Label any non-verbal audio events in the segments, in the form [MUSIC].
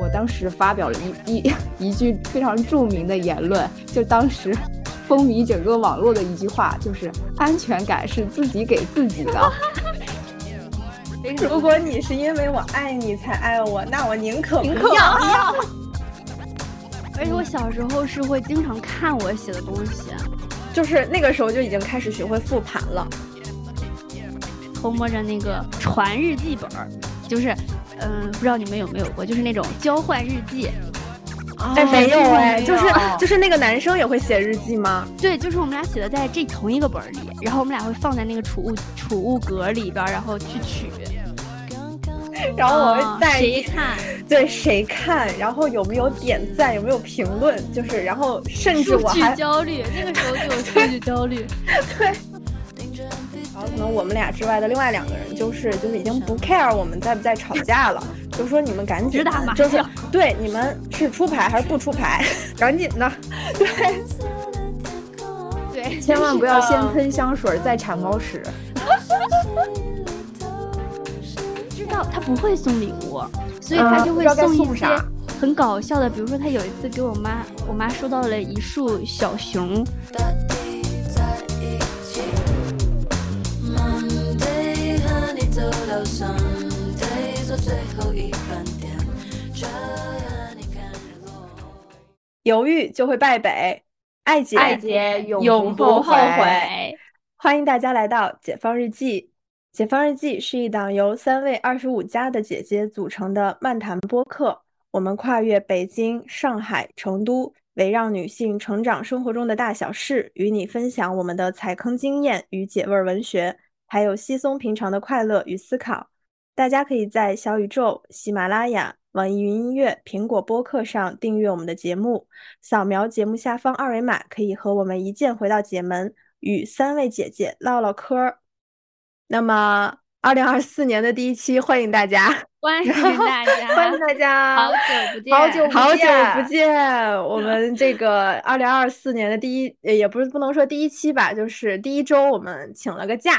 我当时发表了一一一句非常著名的言论，就当时风靡整个网络的一句话，就是“安全感是自己给自己 [LAUGHS] 的”如果你是因为我爱你才爱我，那我宁可宁可不要。不要。而且我小时候是会经常看我写的东西，啊就是那个时候就已经开始学会复盘了。偷摸着那个传日记本儿，就是，嗯、不知道你们有没有过，就是那种交换日记。哦但是没有哎，没就是有就是那个男生也会写日记吗？对，就是我们俩写的在这同一个本儿里，然后我们俩会放在那个储物储物格里边儿，然后去取。哦然后我啊会在谁意 [LAUGHS] 看？对谁看，然后有没有点赞，有没有评论，就是然后甚至数我据还，焦虑，那个时候就有数据 [LAUGHS] 焦虑。然后可能我们俩之外的另外两个人就是就是已经不 care 我们在不在吵架了，就说你们赶紧直打的麻就是将对你们是出牌还是不出牌， [LAUGHS] 赶紧的，对，对，呃千万不要是的先喷香水再铲猫屎。知道他不会送礼物，所以他就会嗯不知道该一送些啥很搞笑的，比如说他有一次给我妈，我妈收到了一束小熊， Monday 和你走到 Sunday，做最后一班电车和你看日落。犹豫就会败北，爱姐，爱姐永永不不后悔。哎，欢迎大家来到《解放日记》。《解放日记》是一档由三位二十五加的姐姐组成的漫谈播客。我们跨越北京、上海、成都，围绕女性成长生活中的大小事，与你分享我们的踩坑经验与解味儿文学，还有稀松平常的快乐与思考。大家可以在小宇宙、喜马拉雅、网易云音乐、苹果播客上订阅我们的节目。扫描节目下方二维码，可以和我们一键回到节门，与三位姐姐唠唠嗑儿。那么，二零二四年的第一期，欢迎大家，欢迎大欢迎家，大好家，久不见，好久好久见不见。我们这个二零二四年的第一，呃也不是不能说第一期吧，就是第一周我们请了个假，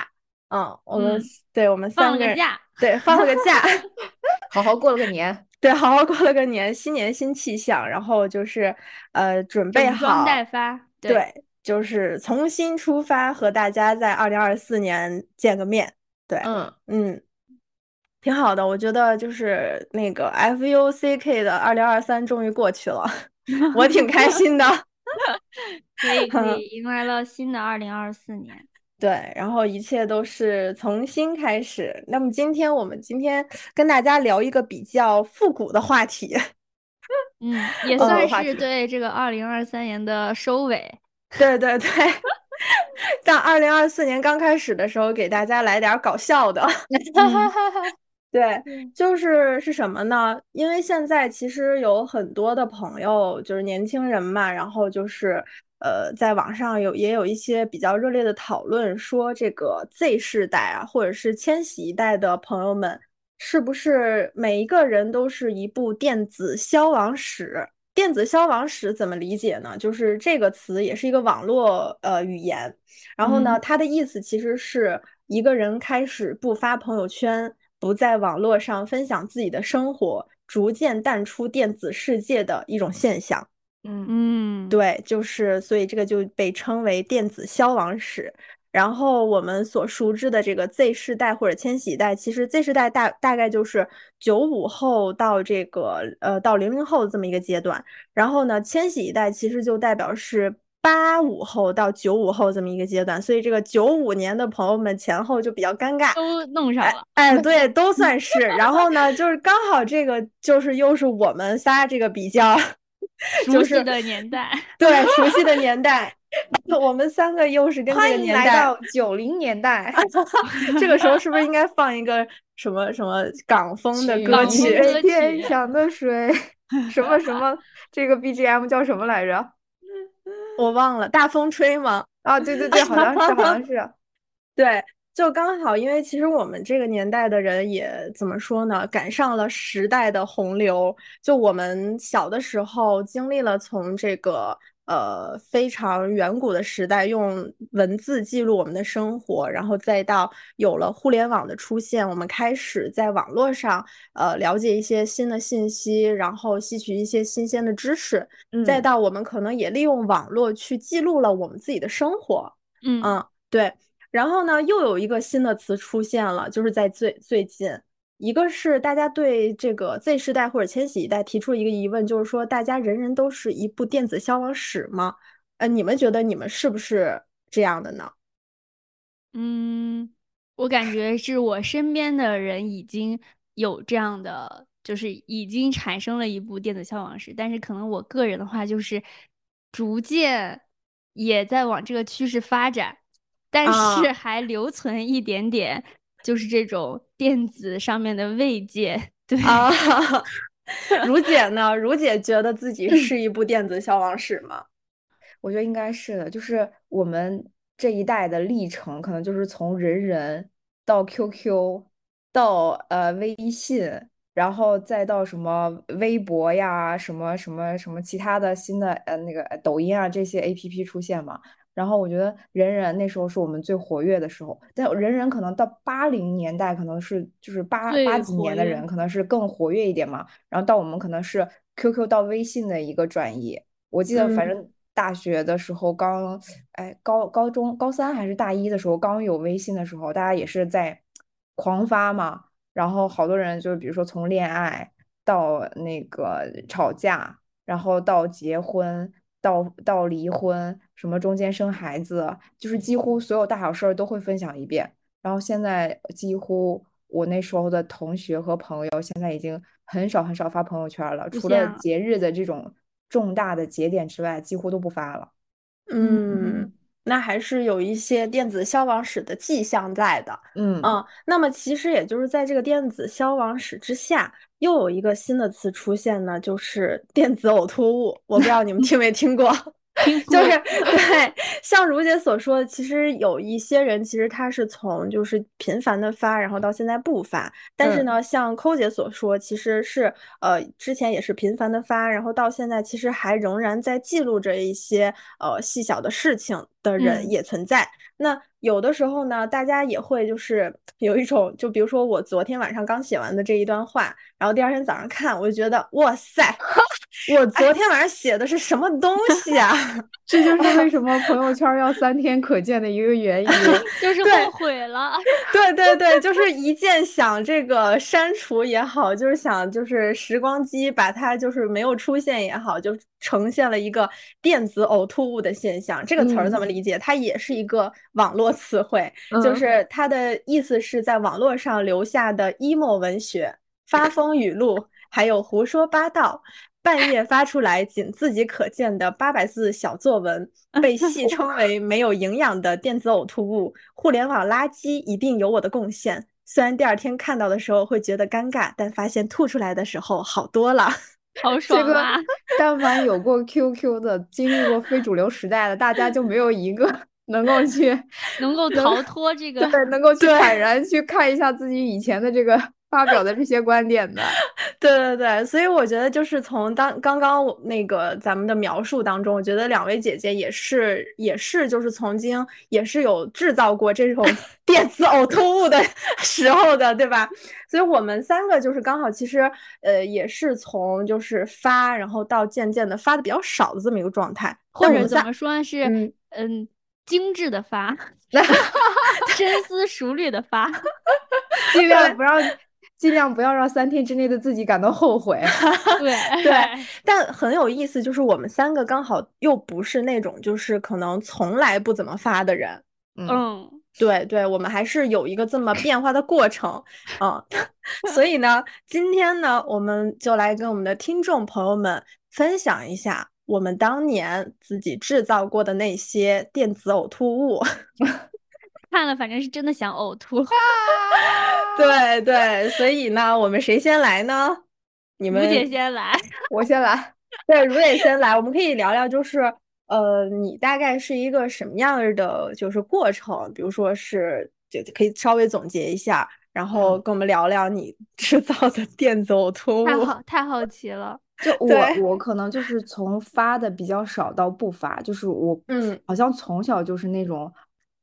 嗯，我们、嗯对我们放三了个个人，假，对，放了个假。好好过了个年，对，好好过了个年，新年新气象，然后就是，呃，准备整装好，待发，对，对，就是从新出发，和大家在二零二四年见个面。嗯，嗯，挺好的，我觉得就是那个 FUCK 的二零二三终于过去了，我挺开心的。[LAUGHS] 所以可以迎来了新的二零二四年。对，然后一切都是从新开始。那么今天我们今天跟大家聊一个比较复古的话题， [LAUGHS] 嗯，也嗯算话题是对这个二零二三年的收 [LAUGHS] 尾。对对对。到二零二四年刚开始的时候，给大家来点儿搞笑的。嗯对，就是是什么呢？因为现在其实有很多的朋友，就是年轻人嘛，然后就是呃，在网上有也有一些比较热烈的讨论，说这个 Z 世代啊，或者是千禧一代的朋友们，是不是每一个人都是一部电子消亡史？电子消亡史怎么理解呢？就是这个词也是一个网络呃语言，然后呢，嗯它的意思其实是一个人开始不发朋友圈，不在网络上分享自己的生活，逐渐淡出电子世界的一种现象。嗯，嗯，对，就是所以这个就被称为电子消亡史。然后我们所熟知的这个 Z 世代或者千禧一代，其实 Z 世代大大概就是九五后到这个呃到零零后这么一个阶段。然后呢，千禧一代其实就代表是八五后到九五后这么一个阶段，所以这个九五年的朋友们前后就比较尴尬。都弄上了。哎，对，都算是。然后呢，就是刚好这个就是又是我们仨这个比较熟就悉是的 [LAUGHS] 年代，对，熟悉的年代，我们三个又是跟这欢个迎年来代。啊到九零年代，这个时候是不是应该放一个什么什么港风的曲歌港风曲？歌水曲天上的水，什么什么，这个 BGM 叫什么来着？我忘了，大风吹吗？啊，对对对，好像是，好像 [LAUGHS] 是，啊对，就刚好，因为其实我们这个年代的人也怎么说呢，赶上了时代的洪流。就我们小的时候经历了从这个呃非常远古的时代，用文字记录我们的生活，然后再到有了互联网的出现，我们开始在网络上呃了解一些新的信息，然后吸取一些新鲜的知识，再嗯到我们可能也利用网络去记录了我们自己的生活。嗯嗯，对。然后呢，又有一个新的词出现了，就是在最最近，一个是大家对这个 Z 世代或者千禧一代提出一个疑问，就是说大家人人都是一部电子消亡史吗？呃，你们觉得你们是不是这样的呢？ [LAUGHS] 嗯，我感觉是我身边的人已经有这样的，就是已经产生了一部电子消亡史，但是可能我个人的话，就是逐渐也在往这个趋势发展，但啊是还留存一点点，就是这种电子上面的慰藉。对， [LAUGHS] 啊，如姐呢？如姐觉得自己是一部电子消亡史吗？我觉得应该是的，就是我们这一代的历程，可能就是从人人到 QQ，到呃微信，然后再到什么微博呀，什么什么什么其他的新的呃那个呃抖音啊这些 APP 出现嘛。然后我觉得人人那时候是我们最活跃的时候，但人人可能到八零年代，可能是就是八八最几活年的跃人，可能是更活跃一点嘛。然后到我们可能是 QQ 到微信的一个转移。我记得，反嗯正大学的时候刚，哎，高高中高三还是大一的时候，刚有微信的时候，大家也是在狂发嘛。然后好多人就是，比如说从恋爱到那个吵架，然后到结婚，到到离婚，什么中间生孩子，就是几乎所有大小事儿都会分享一遍。然后现在几乎我那时候的同学和朋友，现在已经很少很少发朋友圈了，不除了像节日的这种重大的节点之外，几乎都不发了。 [LAUGHS] 嗯，那还是有一些电子消亡史的迹象在的。嗯嗯，那么其实也就是在这个电子消亡史之下，又有一个新的词出现呢，就是电子呕吐物。我不知道你们听没听过， [LAUGHS] 就是对，像如姐所说的，其实有一些人其实他是从就是频繁的发，然后到现在不发。但是嗯呢，像抠姐所说，其实是呃之前也是频繁的发，然后到现在其实还仍然在记录着一些呃细小的事情的人嗯也存在。那有的时候呢，大家也会就是有一种，就比如说我昨天晚上刚写完的这一段话，然后第二天早上看，我就觉得哇塞，我昨天晚上写的是什么东西啊？这就是为什么朋友圈要三天可见的一个原因。就是对后悔了。 [LAUGHS] 对对对，就是一键想这个删除也好，就是想就是时光机把它就是没有出现也好，就呈现了一个电子呕吐物的现象。这个词儿怎么理解？它也是一个网络词汇，就嗯是它的意思是在网络上留下的 emo 文学、发疯语录，还有胡说八道。半夜发出来仅自己可见的八百字小作文，被戏称为没有营养的电子呕吐物，互联网垃圾一定有我的贡献。虽然第二天看到的时候会觉得尴尬，但发现吐出来的时候好多了。好爽个啊！但凡有过 QQ 的，经历过非主流时代的，大家就没有一个 [LAUGHS] 能够去能够逃脱这个，对能够去坦然去看一下自己以前的这个 [LAUGHS] 发表的这些观点的。对对对，所以我觉得就是从当刚刚我那个咱们的描述当中，我觉得两位姐姐也是也是就是曾经也是有制造过这种电子呕吐物的 [LAUGHS] 时候的，对吧？所以我们三个就是刚好其实呃也是从就是发，然后到渐渐的发的比较少的这么一个状态，或但我者们怎仨么说呢是嗯嗯精致的发， [LAUGHS] 深思熟虑的发。尽量不让，尽量不要让三天之内的自己感到后悔。对对但很有意思，就是我们三个刚好又不是那种就是可能从来不怎么发的人。嗯，对对，我们还是有一个这么变化的过程，嗯， [LAUGHS] 所以呢，今天呢，我们就来跟我们的听众朋友们分享一下我们当年自己制造过的那些电子呕吐物。 [LAUGHS] 看了反正是真的想呕吐。对对，所以呢，我们谁先来呢？你吴们姐 [LAUGHS] 先来，我先来，对，如磊先来，我们可以聊聊，就是呃，你大概是一个什么样儿的，就是过程？比如说是，就可以稍微总结一下，然后嗯 [LAUGHS] 跟我们聊聊你制造的电子呕吐太物。好太好奇了。就对我我可能就是从发的比较少到不发，就是我嗯好像从小就是那种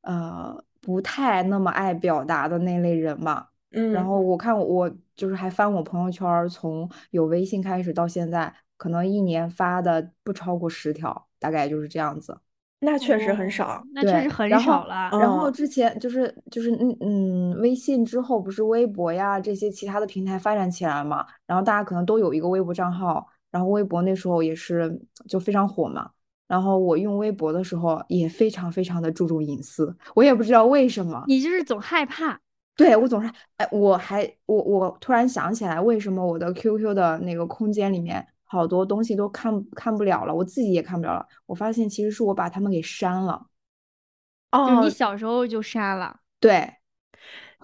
呃不太那么爱表达的那类人嘛。嗯，然后我看我就是还翻我朋友圈儿，从有微信开始到现在，可能一年发的不超过十条，大概就是这样子。那确实很哦少，，那确对实很然后少了。嗯然后之前就是就是嗯嗯，微信之后不是微博呀这些其他的平台发展起来嘛，然后大家可能都有一个微博账号，然后微博那时候也是就非常火嘛。然后我用微博的时候也非常非常的注重隐私，我也不知道为什么。你就是总害怕，对，我总是，哎，我还我我突然想起来，为什么我的 QQ 的那个空间里面好多东西都看看不了了，我自己也看不了了。我发现其实是我把他们给删了。就是嗯哦你，小时候就删 [LAUGHS] 了。对，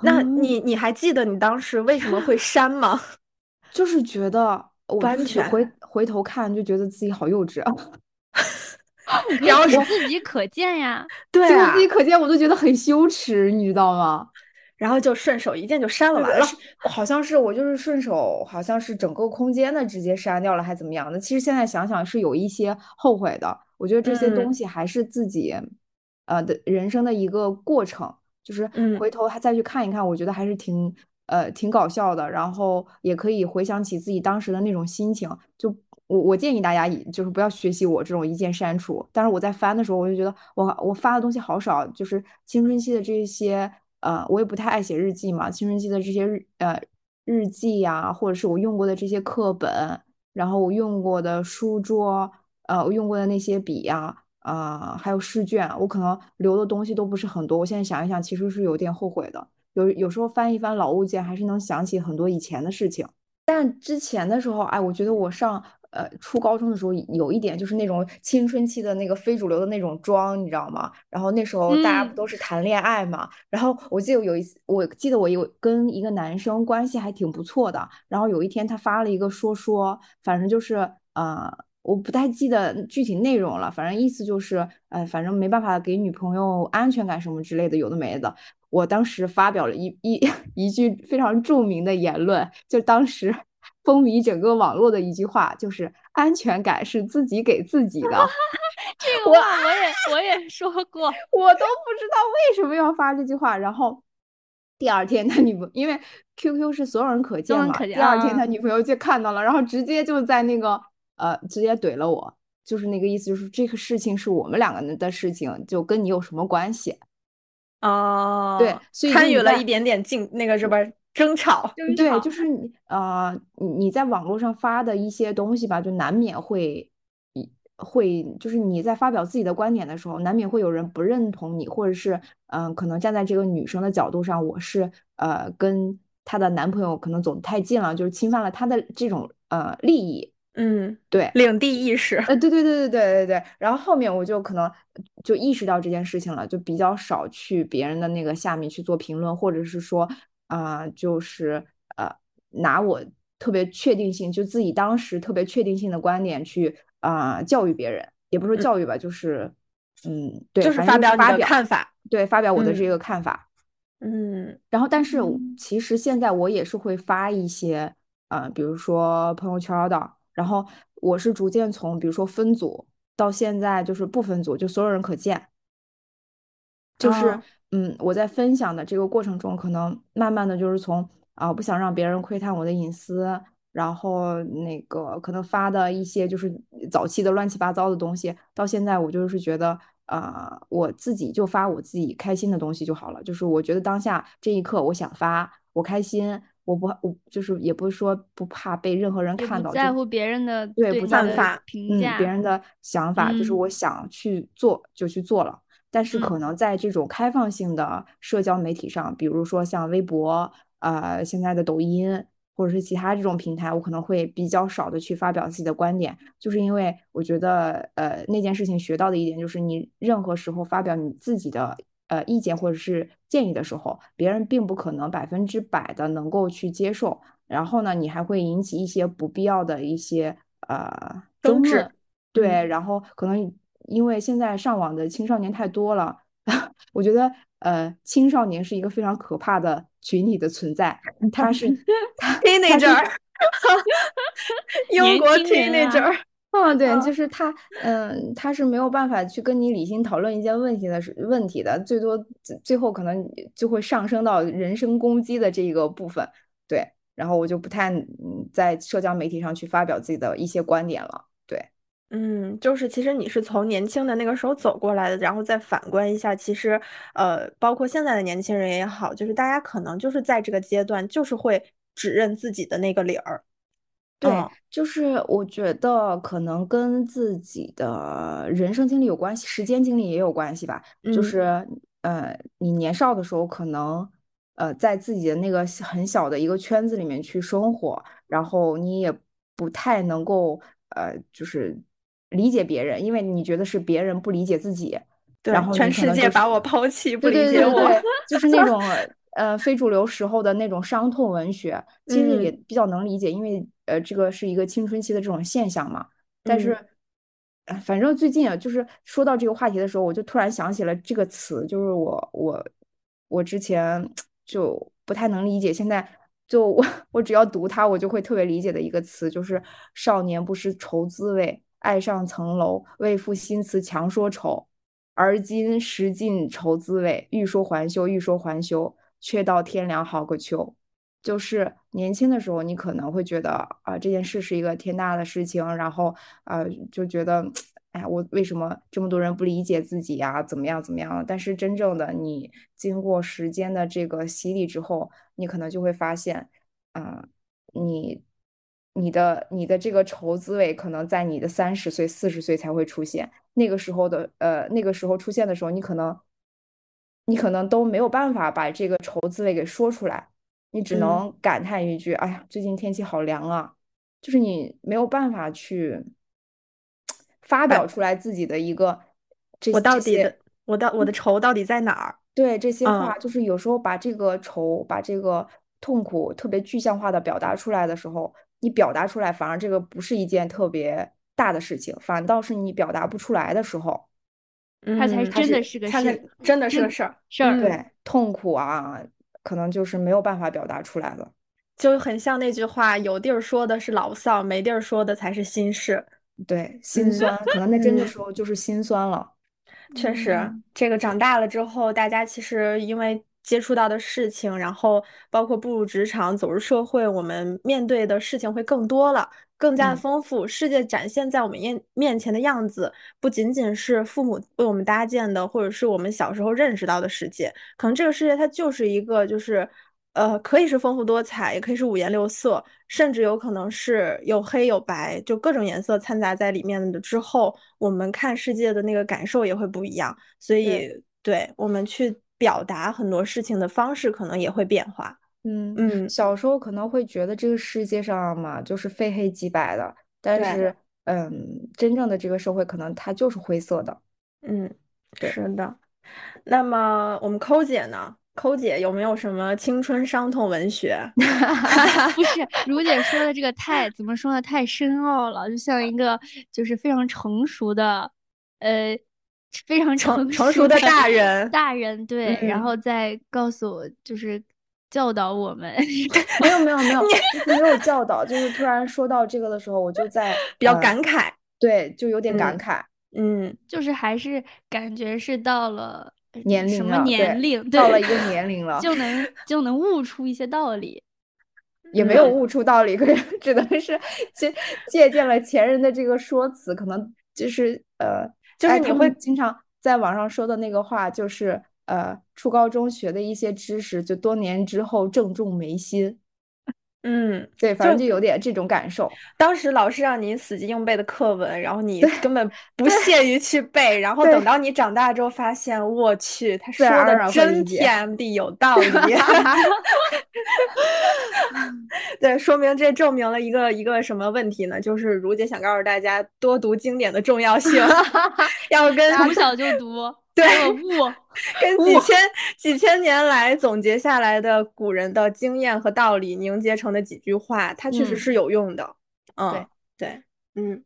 那嗯你你还记得你当时为什么会删 [LAUGHS] 吗？就是觉得我不安就是全回回头看就觉得自己好幼稚，啊然后你是自己可 [LAUGHS] 见呀，对就啊是自，己可见我都觉得很羞耻，你知道吗？然后就顺手一键就删了，对完的了。是好像是我就是顺手，好像是整个空间的直接删掉了，还怎么样的？其实现在想想是有一些后悔的。我觉得这些嗯东西还是自己，呃的人生的一个过程，就是嗯回头还再去看一看，我觉得还是挺呃挺搞笑的。然后也可以回想起自己当时的那种心情。就我我建议大家以就是不要学习我这种一键删除。但是我在翻的时候，我就觉得我我发的东西好少，就是青春期的这些。呃，我也不太爱写日记嘛，青春期的这些日呃日记呀、或者是我用过的这些课本，然后我用过的书桌，呃，我用过的那些笔呀、啊，还有试卷，我可能留的东西都不是很多。我现在想一想，其实是有点后悔的。有有时候翻一翻老物件，还是能想起很多以前的事情。但之前的时候，哎，我觉得我上呃初高中的时候，有一点就是那种青春期的那个非主流的那种装，你知道吗？然后那时候大家不嗯都是谈恋爱嘛，然后我记得有一次，我记得我有跟一个男生关系还挺不错的，然后有一天他发了一个说说，反正就是呃，我不太记得具体内容了，反正意思就是呃，反正没办法给女朋友安全感什么之类的，有的没的。我当时发表了一一 [LAUGHS] 一句非常著名的言论，就当时 [LAUGHS] 风靡整个网络的一句话，就是安全感是自己给自己 [LAUGHS] 的。这我个话我也我也说过，我都不知道为什么要发这句话。然后第二天他女朋因为 QQ 是所有人可见人嘛，可第见二天啊他女朋友就看到了，然后直接就在那个呃直接怼了我，就是那个意思，就是这个事情是我们两个人的事情，就跟你有什么关系？哦，对所以就参你与了在一点点竞那个什么争吵，对，就是你呃，你你在网络上发的一些东西吧，就难免会一会，就是你在发表自己的观点的时候，难免会有人不认同你，或者是嗯、呃可能站在这个女生的角度上，我是呃跟她的男朋友可能走得太近了，就是侵犯了她的这种呃利益，嗯，对。领地意识，呃，对对对对对对对，然后后面我就可能就意识到这件事情了，就比较少去别人的那个下面去做评论，或者是说啊、就是呃，拿我特别确定性，就自己当时特别确定性的观点去啊、教育别人，也不是说嗯教育吧，就是嗯，对，就是反发正就是表发你的表，看法，对，发表我的这嗯个看法。嗯然后，但是我嗯其实现在我也是会发一些，呃，比如说朋友圈儿的。然后我是逐渐从，比如说分组到现在就是不分组，就所有人可见。就是，哦嗯，我在分享的这个过程中，可能慢慢的就是从啊，不想让别人窥探我的隐私，然后那个可能发的一些就是早期的乱七八糟的东西，到现在我就是觉得，呃，我自己就发我自己开心的东西就好了。就是我觉得当下这一刻我想发，我开心，我不我就是也不是说不怕被任何人也看不到，在就乎别人的对不你在的看法评嗯价，别人的想法，就是我嗯想去做就去做了。但是可嗯能在这种开放性的社交媒体上，比如说像微博、呃现在的抖音，或者是其他这种平台，我可能会比较少的去发表自己的观点，就是因为我觉得呃那件事情学到的一点就是，你任何时候发表你自己的呃意见或者是建议的时候，别人并不可能百分之百的能够去接受，然后呢，你还会引起一些不必要的一些呃争执论。对，嗯然后可能因为现在上网的青少年太多了， [LAUGHS] 我觉得呃，青嗯少年是一个非常可怕的群体的存在，他是他他是 [LAUGHS] ，teenager，英年国轻人啊 teenager，嗯，对，就是他，嗯，他是没有办法去跟你理性讨论一件问题的时问题的，最多最最后可能就会上升到人身攻击的这个部分，对，然后我就不太嗯在社交媒体上去发表自己的一些观点了，对，嗯，就是其实你是从年轻的那个时候走过来的，然后再反观一下，其实呃，包括现在的年轻人也好，就是大家可能就是在这个阶段，就是会只认自己的那个理儿。对，嗯就是我觉得可能跟自己的人生经历有关系，时间经历也有关系吧。就嗯是呃，你年少的时候可能呃在自己的那个小很小的一个圈子里面去生活，然后你也不太能够呃就是理解别人，因为你觉得是别人不理解自己，对，然后全你可世能界就把是我抛 [LAUGHS] 弃，不对对理解对我。对，就是 [LAUGHS] 那种呃非主流时候的那种伤痛文学，其嗯实也比较能理解，因为呃这个是一个青春期的这种现象嘛。但是，呃反正最近啊，就是说到这个话题的时候，我就突然想起了这个词，就是我我我之前就不太能理解，现在就我 [LAUGHS] 我只要读它，我就会特别理解的一个词，就是“少年不识愁滋味，爱上层楼，为赋新词强说愁。”而今识尽愁滋味，欲说还休，欲说还休，却道天凉好个秋。就是年轻的时候，你可能会觉得啊、这件事是一个天大的事情，然后啊就觉得，哎呀，我为什么这么多人不理解自己呀、怎么样怎么样？但是真正的你经过时间的这个洗礼之后，你可能就会发现，啊、你你的你的这个愁滋味，可能在你的三十岁、四十岁才会出现。那个时候的呃，那个时候出现的时候，你可能你可能都没有办法把这个愁滋味给说出来，你只嗯能感叹一句：“哎呀，最近天气好凉啊！”就是你没有办法去发表出来自己的一个这我到这底些的，我到我的愁到底在哪儿？对这些话，嗯就是有时候把这个愁、把这个痛苦特别具象化的表达出来的时候，你表达出来，反而这个不是一件特别大的事情，反倒是你表达不出来的时候，它才嗯，它真是的是个它事才真的是真个事儿。事儿。对痛苦啊，可能就是没有办法表达出来了。 [LAUGHS] 就很像那句话，有地儿说的是牢骚，没地儿说的才是心事。对，心嗯 [LAUGHS] 酸，可能那真的嗯时候就是心酸了。确实，嗯这个长大了之后，大家其实因为接触到的事情，然后包括步入职场、走入社会，我们面对的事情会更多了，更加的嗯丰富。世界展现在我们面面前的样子，不仅仅是父母为我们搭建的，或者是我们小时候认识到的世界。可能这个世界它就是一个，就是呃，可以是丰富多彩，也可以是五颜六色，甚至有可能是有黑有白，就各种颜色掺杂在里面的之后，我们看世界的那个感受也会不一样。所以，对，我们去表达很多事情的方式可能也会变化。嗯，嗯，小时候可能会觉得这个世界上嘛，就是非黑即白的，但对是，嗯，真正的这个社会可能它就是灰色的。嗯，对是的。那么我们抠姐呢？抠姐有没有什么青春伤痛文学？不是，如姐说的这个太怎么说呢？太深奥了，就像一个就是非常成熟的，呃，非常成成成熟的大人大人对，然嗯后再告诉我就是教导我们， [LAUGHS] [LAUGHS] 没有没有没有，就是没有教导，就是突然说到这个的时候，我就在 [LAUGHS] 比较呃 [LAUGHS] 感慨。对，就有点感嗯慨。嗯，就是还是感觉是到了呃年什龄么了年对龄，到对了一个年龄了 [LAUGHS] 就能就能悟出一些道 [LAUGHS] 理。也没有嗯悟出道理，可是只能 [LAUGHS] 是借借鉴了前人的这个说辞，可能就是呃，就是哎你他会们经常在网上说的那个话，就是呃，初高中学的一些知识，就多年之后正中眉心。嗯，对，反正就就有点这种感 [LAUGHS] 受。当时老师让你死记硬背的课文，然后你根本不屑于去背，然后对等到你长大之后发现，我去，他自说然而的然会真理解 TMD 有 [LAUGHS] 道理。对，说明这证明了一个一个什么问题呢？就是如姐想告诉大家，多读经典的重 [LAUGHS] 要性，要跟从小就读， [LAUGHS] 对还有悟，跟几千几千年来总结下来的古人的经验和道理凝结成的几句话，它确实嗯是有用的。嗯，对嗯。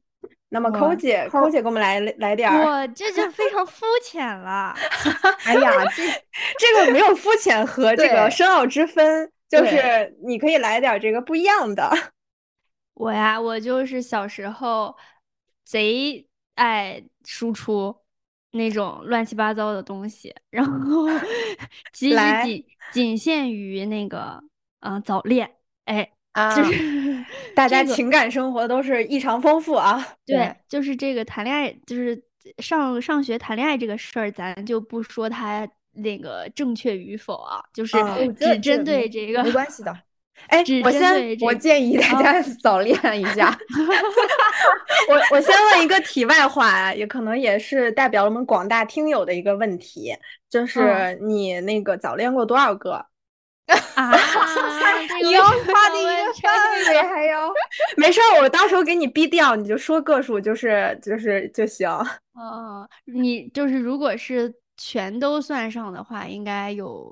那么抠哇姐，抠抠姐给我们来来点儿，我这就非常肤浅了。哎 [LAUGHS] 呀，这这个没有肤 [LAUGHS] 浅和这个对深奥之分，就对是你可以来点儿这个不一样的。我呀，我就是小时候贼爱输出那种乱七八糟的东西，[LAUGHS] 然后其实来仅仅限于那个嗯、呃早恋，哎，啊嗯就是、 [LAUGHS] [LAUGHS] 大家这个情感生活都是异常丰富啊。对，就是这个谈恋爱，就是上上学谈恋爱这个事儿，咱就不说它那个正确与否啊，就是啊我觉得只针对嗯没这个没关 [LAUGHS] 系的。哎，只我啊针先对这我个建议大家 [LAUGHS] 早恋一下。我我先问 [LAUGHS] 一个题外话啊，也可能也是代表我们广大听友的一个问题，就是你那个早恋过多少个？ [LAUGHS] 啊，这个你为要什么画的一问个这范 [LAUGHS] 围还要没事儿，我到时候给你逼掉，你就说个数，就是就是就行。哦，你就是如果是全都算上的话，应该有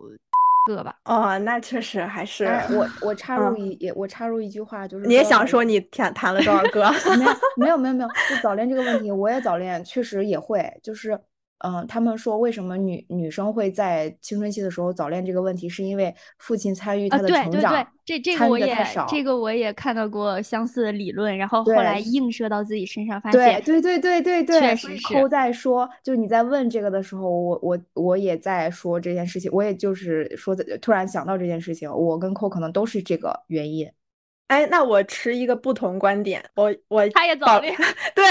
个吧？哦，那确实还是，哎，我我插入嗯一也我插入一句话，就是你也说想早说你谈谈了多少个？ [LAUGHS] 没有没有没有没有，就早恋这个问题，我也早恋，确实也会，就是，嗯、他们说为什么女女生会在青春期的时候早恋这个问题，是因为父亲参与啊，她的对成对长，对，这这个参我与的也太少，这个我也看到过相似的理论，然后后对来映射到自己身上，发对现对对对对对，确所实以是抠在说，就是你在问这个的时候，我我我也在说这件事情，我也就是说的，突然想到这件事情，我跟抠可能都是这个原因。哎，那我持一个不同观点，我我他也早保恋， [LAUGHS] 对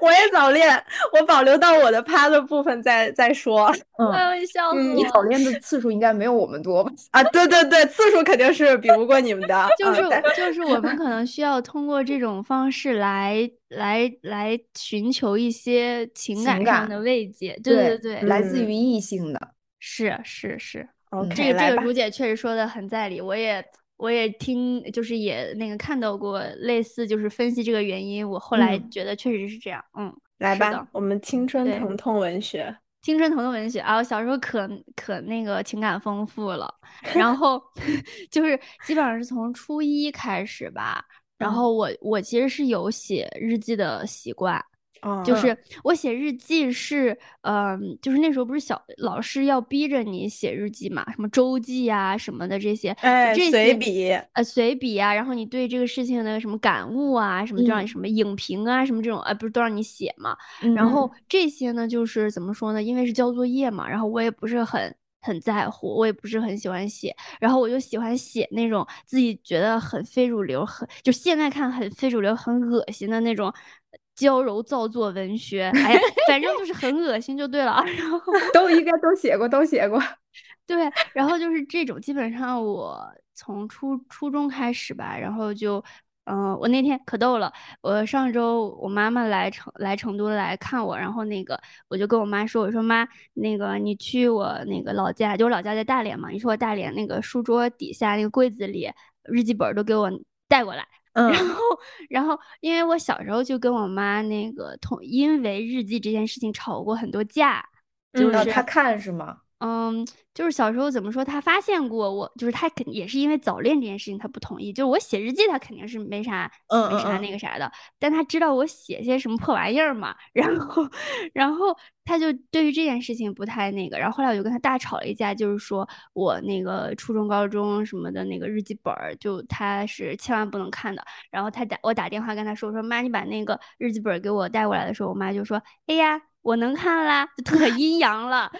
我也早恋，我保留到我的趴的部分再再说。嗯，哎呦，笑死嗯你我早了恋的次数应该没有我们多吧？啊，对对对，次数肯定是比不过你们的， [LAUGHS] 就啊是但就是我们可能需要通过这种方式来来来寻求一些情感情上感的慰藉，对对对对，来自嗯于异性的，是是是， OK，这个来这个吧如姐确实说的很在理，我也我也听就是也那个看到过类似就是分析这个原因，我后来嗯觉得确实是这样，嗯，来是吧的，我们青春对疼痛文学。青春疼痛文学啊，我小时候可可那个情感丰富了，然后 [LAUGHS] 就是基本上是从初一开始吧，然嗯后我我其实是有写日记的习惯，哦就嗯是我写日记是，嗯，就是那时候不是小老师要逼着你写日记嘛，什么周记啊什么的这些，哎，这随些笔，呃随笔啊，然后你对这个事情的什么感悟啊，什么就让你嗯什么影评啊，什么这种，呃，不是都让你写嘛？嗯然嗯后这些呢，就是怎么说呢？因为是交作业嘛，然后我也不是很很在乎，我也不是很喜欢写，然后我就喜欢写那种自己觉得很非主流，很就现在看很非主流、很恶心的那种娇柔造作文学。哎呀，反正就是很恶心就对了啊。然后 [LAUGHS] 都应该都写过，都写过。对，然后就是这种，基本上我从初初中开始吧，然后就，嗯、我那天可逗了，我上周我妈妈来成来成都来看我，然后那个我就跟我妈说，我说妈，那个你去我那个老家，就我老家在大连嘛，你去我大连那个书桌底下那个柜子里日记本儿都给我带过来。嗯然后，然后，因为我小时候就跟我妈那个同，因为日记这件事情吵过很多架，就嗯是、让他看是吗？嗯，就是小时候怎么说，他发现过我，就是他肯也是因为早恋这件事情他不同意，就是我写日记他肯定是没啥嗯没嗯啥嗯那个啥的，但他知道我写些什么破玩意儿嘛，然后然后他就对于这件事情不太那个，然后后来我就跟他大吵了一架，就是说我那个初中、高中什么的那个日记本儿，就他是千万不能看的。然后他打我打电话跟他说，我说妈，你把那个日记本儿给我带过来的时候，我妈就说，哎呀，我能看啦，就特阴阳了。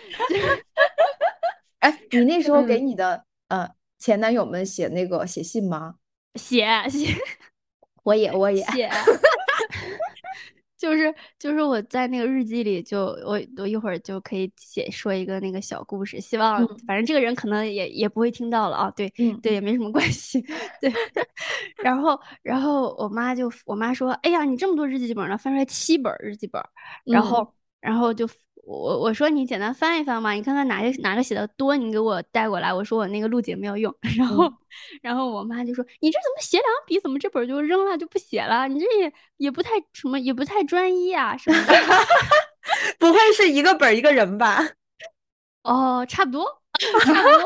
哎，你那时候给嗯你的呃前男友们写那个写信吗？写 [LAUGHS] 写我也，我也，写， [LAUGHS] 就是就是我在那个日记里就我我一会儿就可以写说一个那个小故事，希望嗯反正这个人可能也也不会听到了啊，对嗯对也没什么关系， [LAUGHS] 对。然后然后我妈就我妈说，哎呀，你这么多日记本呢，翻出来七本儿日记本儿，嗯然后、然后就。我我说你简单翻一翻嘛，你看看哪个哪个写的多，你给我带过来。我说我那个录姐没有用， [LAUGHS] 然后、然后我妈就说：“你这怎么写两笔？怎么这本儿就扔了就不写了？你这也也不太什么，也不太专一啊什么的。不会是一个本儿一个人吧？” [LAUGHS] 哦，差不多， [LAUGHS] 差不多，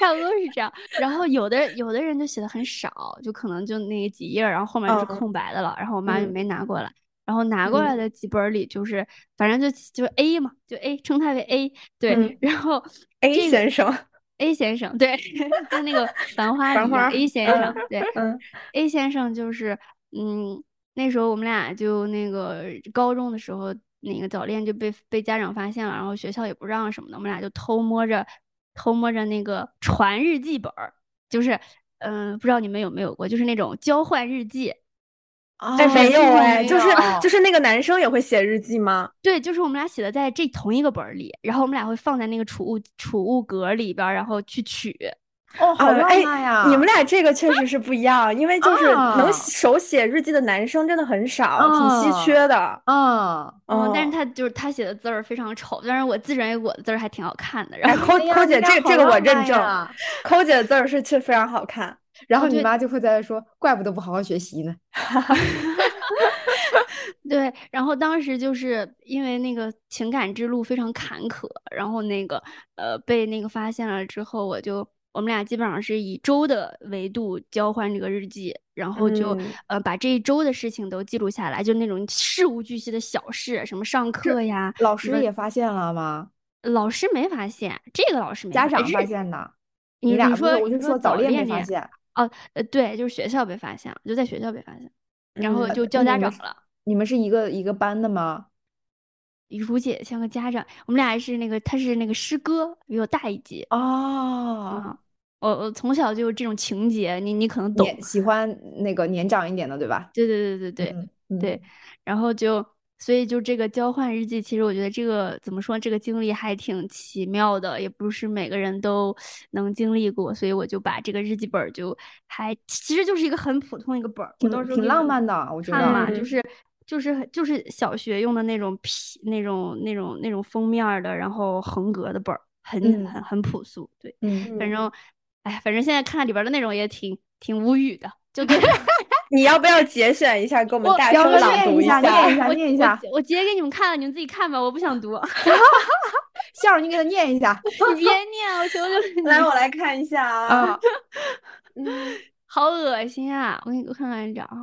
差不多是这样。然后有的有的人就写的很少，就可能就那几页儿，然后后面就是嗯空白的了。然后我妈就嗯没拿过来。然后拿过来嗯的几本儿里，就是、反正就就是 A 嘛，就 A 称它为 A，对。嗯 [LAUGHS] 然后 A 这个先生， A 先生， [LAUGHS] 对，就那个《繁花》繁里面花 A 先嗯生，对，嗯 A 先生就是嗯，那时候我们俩就那个高中的时候，那个早恋就被被家长发现了，然后学校也不让什么的，我们俩就偷摸着偷摸着那个传日记本儿，就是嗯、呃不知道你们有没有过，就是那种交换日记。哎，没有哦哎，就是有就是那个男生也会写日记吗？对，就是我们俩写的在这同一个本儿里，然后我们俩会放在那个储物储物格儿里边儿，然后去取。哦，好啊浪哎漫呀！你们俩这个确实是不一样，因为就是啊能手写日记的男生真的很少，挺稀啊缺的。嗯，嗯，但是嗯他就是他写的字儿非常丑，但是我自认为我的字儿还挺好看的。然哎，后抠哎呀抠你姐，俩这好这个我浪认漫证呀，抠姐的字儿是确非常好看。然后哦你对妈就会在那说，怪不得不好好学习呢。对，然后当时就是因为那个情感之路非常坎坷，然后那个呃被那个发现了之后，我就我们俩基本上是以周的维度交换这个日记，然后就、嗯呃把这一周的事情都记录下来，就那种事无巨细的小事，什么上课呀，老么师也发现了吗？老师没发现，这个老师没家发现长发是现的。你你俩不你是说我就你说早早恋恋没这发样现，哦，呃，对，就是学校被发现了，就在学校被发现，然后嗯就哦叫那家你们长是了。你们是一个一个班的吗？如姐像个家长，我们俩是那个，他是那个师哥，比我大一届哦，啊。我我从小就有这种情节，你你可能懂。年喜欢那个年长一点的，对吧？对对对对对，嗯，嗯对，然后就所以就这个交换日记，其实我觉得这个怎么说，这个经历还挺奇妙的，也不是每个人都能经历过，所以我就把这个日记本儿就还其实就是一个很普通一个本儿，我挺到时候挺给浪你漫的，我觉看得。了，嗯就是就是很就是小学用的那种皮那种那种那种封面儿的，然后横格的本儿，很嗯很很朴素，对，嗯，反嗯正哎，反正现在看里边儿的内容也挺挺无语的，就 [LAUGHS] 跟。你要不要节选一下，给我们我大要声不朗念读一下下？念一下我念一我下截我截给你们看了，你们自己看吧，我不想 [LAUGHS] 读。笑儿，你给他念一下。你别念，我求求你。来，我来看一下啊。啊，嗯，好恶心啊！我给你看看这啊，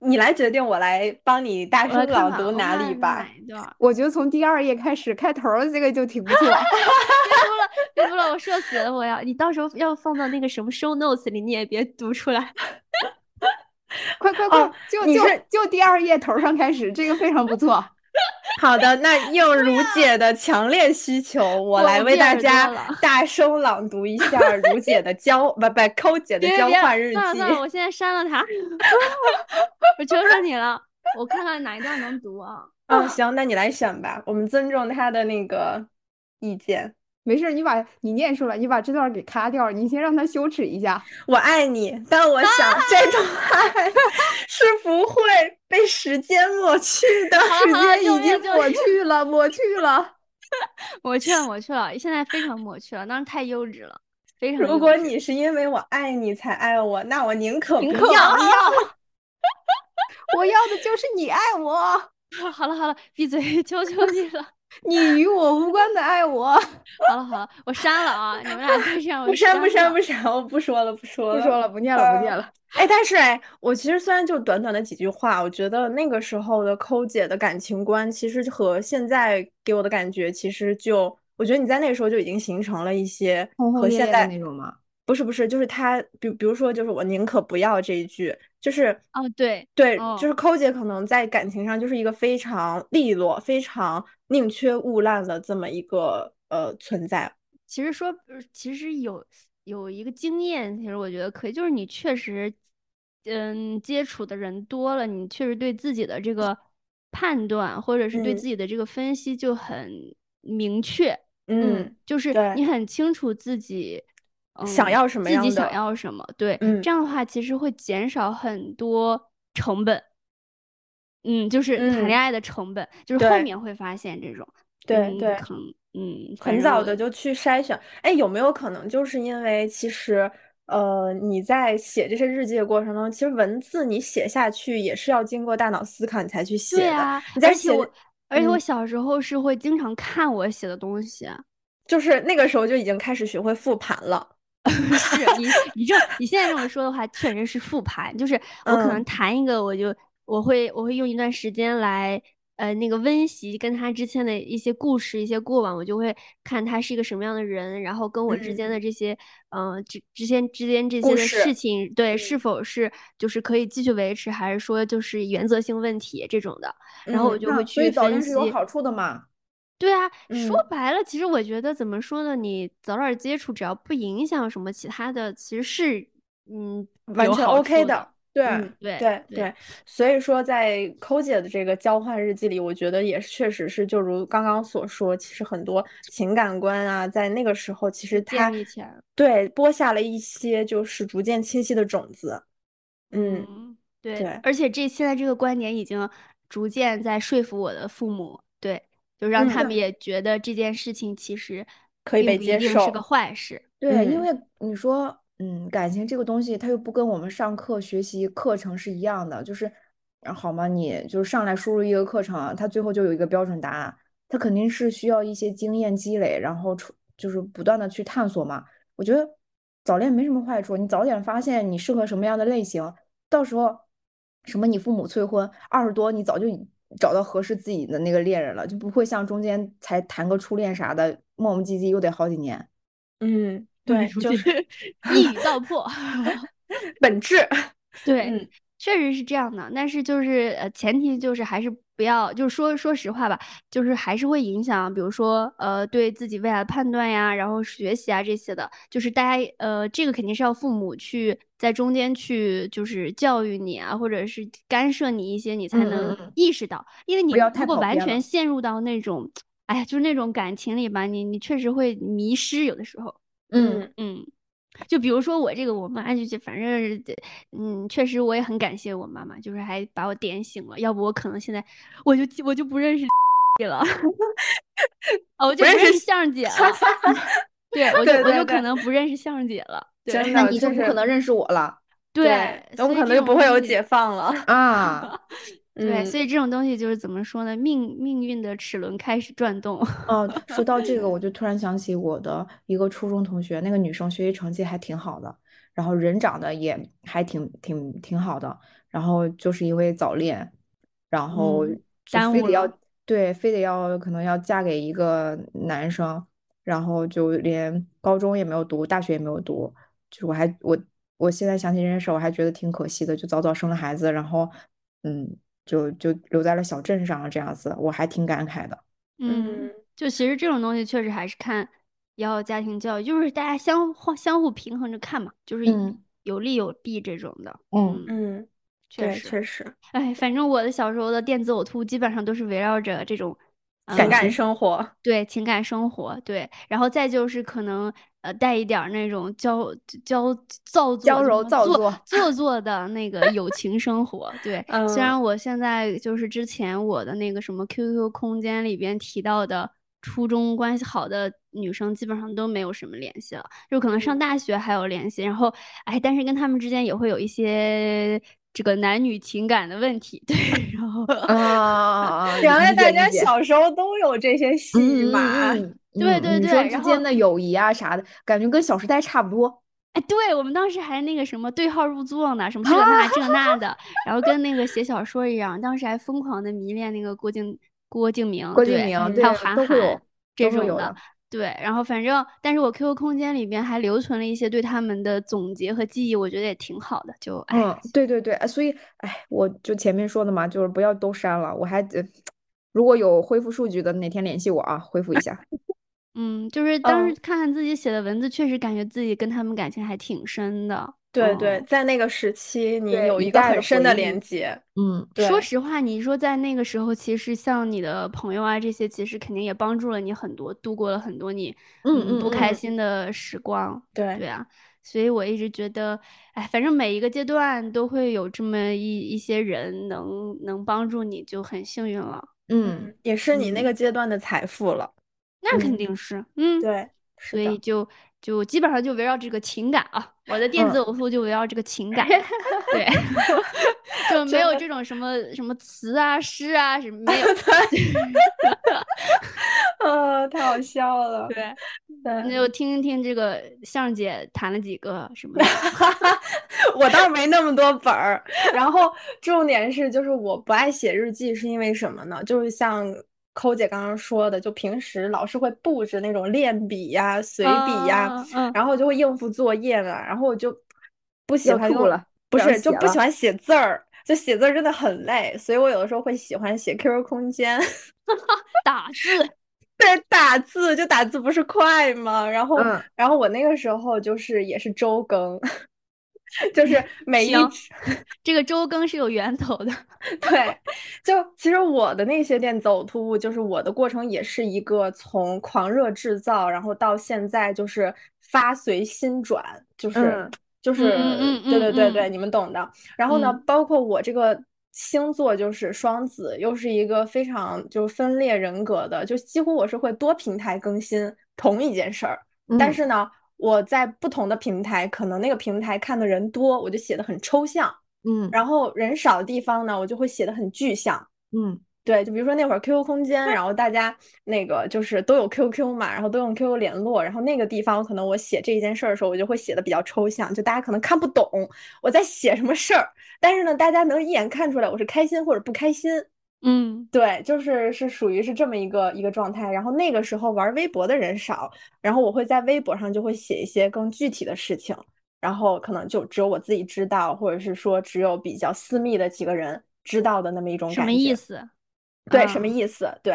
你来决定，我来帮你大我来声看朗看读我哪看看里是吧哪。一段儿？我觉得从第二页开始，开头儿这个就挺不错。 [LAUGHS] 别读了，我社死了！我要你到时候要放到那个什么 show notes 里，你也别读出来。快快哦快，就你就是就第二页头上开始，这个非常不错。好的，那应如姐的强烈需求，我我来我为变大耳朵家了 [LAUGHS] 大声朗读一下儿如姐的交不不抠姐的别交别，换日算了记。算了，我现在删了它。 [LAUGHS] 我求求你了，我看看哪一段能读啊？嗯，行，那你来选吧，我们尊重她的那个意见。没事儿，你把你念出来，你把这段儿给卡掉，你先让他羞耻一下。我爱你，但我想啊这种爱 [LAUGHS] 是不会被时间抹去的。好时了好了，间救已命经救抹命！去了，抹去了。抹去了抹去了，现在非常抹去了，当时太幼稚了，非常幼稚。如果你是因为我爱你才爱我，那我宁可啊宁不可不要。我要的就是你爱我，好了好了，闭嘴， [LAUGHS] 求求你了。你与我无关的爱我。好了好了，我删了啊！你们俩再 [LAUGHS] 这样，我不删不删删不删，我不说了不说不了。说了，不念了，不念了。哎，但是哎，我其实虽然就短短的几句话，我觉得那个时候的抠姐的感情观，其实和现在给我的感觉，其实就我觉得你在那个时候就已经形成了一些轰轰和烈现烈的在那种吗？不是不是，就是他，比比如说就是我宁可不要这一句，就是啊、对，对，哦就是抠姐可能在感情上就是一个非常利落、非常宁缺毋滥的这么一个呃存在。其实说，呃其实有有一个经验，其实我觉得可以，就是你确实，嗯，接触的人多了，你确实对自己的这个判断，或者是对嗯自己的这个分析就很明确，嗯，就是对你很清楚自己。嗯、想要什么自己样想的要什么，对，嗯这样的话其实会减少很多成本，嗯，就是谈嗯恋爱的成本，就是后对面会发现这种，对嗯对。可能嗯，反很正早我的就去筛选。哎，有没有可能就是因为其实，呃，你在写这些日记的过程中，其实文字你写下去也是要经过大脑思考你才去写对的。啊，你在而且写，我，而且我嗯小时候是会经常看我写的东西，就是那个时候就已经开始学会复盘了。是你你这你现在这么说的话，确实是复盘，就是我可能嗯谈一个，我就我会我会用一段时间来呃那个温习跟他之前的一些故事、一些过往，我就会看他是一个什么样的人，然后跟我之嗯间的这些，呃，之之间之间这些故的事事情，对，嗯是否是就是可以继续维持，还是说就是原则性问题这种的，然后嗯我就那会所以去早恋分是析。有好处的嘛。对啊，说嗯白了，其实我觉得怎么说呢？你早点接触，只要不影响什么其他的，其实是嗯完有全好 OK 处的的。对，嗯，对对对对，所以说在抠姐的这个交换日记里，我觉得也确实是，就如刚刚所说，其实很多情感观啊，在那个时候其实建她立起来了对播下了一些就是逐渐清晰的种子。嗯，嗯，对，对而且这现在这个观点已经逐渐在说服我的父母，对，就让嗯他们也觉得这件事情其实可以并被不接一定是受个坏事。对，因嗯为你说，嗯，感情这个东西，它又不跟我们上课学习课程是一样的，就是，呃好吗？你就是上来输入一个课程啊，它最后就有一个标准答案，它肯定是需要一些经验积累，然后出就是不断的去探索嘛。我觉得早恋没什么坏处，你早点发现你适合什么样的类型，到时候什么你父母催婚，二十多你早就已找到合适自己的那个恋人了，就不会像中间才谈个初恋啥的，磨磨唧唧又得好几年。嗯，对，就是一语道破。 [LAUGHS] 本质。对，嗯确实是这样的，但是就是呃，前提就是还是不要，就是说说实话吧，就是还是会影响，比如说呃，对自己未来的判断呀，然后学习啊这些的，就是大家呃，这个肯定是要父母去在中间去就是教育你啊，或者是干涉你一些，你才嗯嗯能嗯意识到，因为你要如太果跑完偏全了陷入到那种，哎呀，就是那种感情里吧，你你确实会迷失，有的时候。嗯，嗯，就比如说我这个，我妈就是反正是得，嗯，确实我也很感谢我妈妈，就是还把我点醒了，要不我可能现在我就我就不认识了， [LAUGHS] 啊，我就不认识识相姐了，对我就对我对就对可能不认识相姐了，对真那的你就就不可是能认识我了对，我所们以可这能就种不会东有西解放了。啊！对，嗯所以这种东西就是怎么说呢？命命运的齿轮开始转动，哦，说到这个，我就突然想起我的一个初中同学，那个女生学习成绩还挺好的，然后人长得也还挺挺挺好的，然后就是因为早恋，然后嗯就耽非误得要了对，非得要可能要嫁给一个男生，然后就连高中也没有读，大学也没有读，就是我还我我现在想起这件事儿，我还觉得挺可惜的，就早早生了孩子，然后嗯，就就留在了小镇上啊这样子，我还挺感慨的。嗯。就其实这种东西确实还是看要家庭教育，就是大家相互相互平衡着看嘛，就是嗯有利有弊这种的。嗯嗯，确对，实。确实，哎，反正我的小时候的电子呕吐基本上都是围绕着这种情嗯感生活。对情感生活，对，然后再就是可能呃带一点儿那种娇娇造作、娇什柔么造做作嗯做作的那个友情生活。 [LAUGHS] 对，虽然我现在就是之前我的那个什么 QQ 空间里边提到的初中关系好的女生，基本上都没有什么联系了，就可能嗯上大学还有联系，然后哎，但是跟他们之间也会有一些。这个男女情感的问题，对，然后 [LAUGHS] 啊啊啊！啊原来理大解家理解小时候都有这些戏嗯码。嗯嗯对嗯对女对生之然间后的友谊啊啥的，感觉跟《小时代》差不多。哎，对，我们当时还那个什么对号入座呢，什么这啊那这 [LAUGHS] 那的，然后跟那个写小说一样，当时还疯狂的迷恋那个郭敬郭敬明，郭敬对明还有对韩都会有寒这都会种有的的，嗯对，然后反正，但是我 QQ 空间里边还留存了一些对他们的总结和记忆，我觉得也挺好的，就哎，嗯，对对对，哎所以哎，我就前面说的嘛，就是不要都删了。我还得如果有恢复数据的，哪天联系我啊，恢复一下。嗯，就是当嗯时看看自己写的文字，确实感觉自己跟他们感情还挺深的，对嗯对，在那个时期，你对有一一个代很的深回的忆连接。嗯，说对实话，你说在那个时候，其实像你的朋友啊，这些其实肯定也帮助了你很多，度过了很多你嗯嗯不开嗯哎心的时光。对对啊，所以我一直觉得，哎，反正每一个阶段都会有这么一一些人能能帮助你，就很幸运了。嗯，也是你那个阶段的财富了。那肯嗯定是，嗯，对，是所的以就就基本上就围绕这个情感啊，我的电子嗯呕吐就围绕这个情感，对， [LAUGHS] 就没有这种什么什么词啊、诗啊什么没有，呃， [LAUGHS] 太好笑了。对。嗯对，那就听一听这个向姐谈了几个什么的我倒没那么多本儿。然后重点是，就是我不爱写日记，是因为什么呢？就是像抠姐刚刚说的，就平时老师会布置那种练笔呀、 [LAUGHS] 随笔呀，啊 [LAUGHS] 嗯然后就会应付作业嘛，然后我就不喜也欢吐用了，不不想是就写不 [LAUGHS] 喜了欢写字儿，就写字儿真的很累，所以我有的时候会喜欢写 QQ 空间。打字， [LAUGHS] 对，打字就打字不是快吗？然后，嗯然后我那个时候就是也是周更， [LAUGHS] 就是每一行只这个周更是有源头的。 [LAUGHS] 对，就其实我的那些店走突，就是我的过程也是一个从狂热制造，然后到现在就是发随心转，就是、嗯就是、嗯嗯嗯对对对嗯对，你们懂的。然后呢，嗯包括我这个星座就是双子，又是一个非常就是分裂人格的，就几乎我是会多平台更新同一件事儿。但嗯是呢，我在不同的平台，可能那个平台看的人多，我就写的很抽象；嗯然后人少的地方呢，我就会写的很具象。嗯对，就比如说那会儿 QQ 空间，然后大家那个就是都有 QQ 嘛，然后都用 QQ 联络，然后那个地方可能我写这一件事儿的时候，我就会写的比较抽象，就大家可能看不懂我在写什么事儿，但是呢，大家能一眼看出来我是开心或者不开心。嗯对，就是是属于是这么一个一个状态。然后那个时候玩微博的人少，然后我会在微博上就会写一些更具体的事情，然后可能就只有我自己知道，或者是说只有比较私密的几个人知道的那么一种什感么意觉。思？对，什啊么意思？对。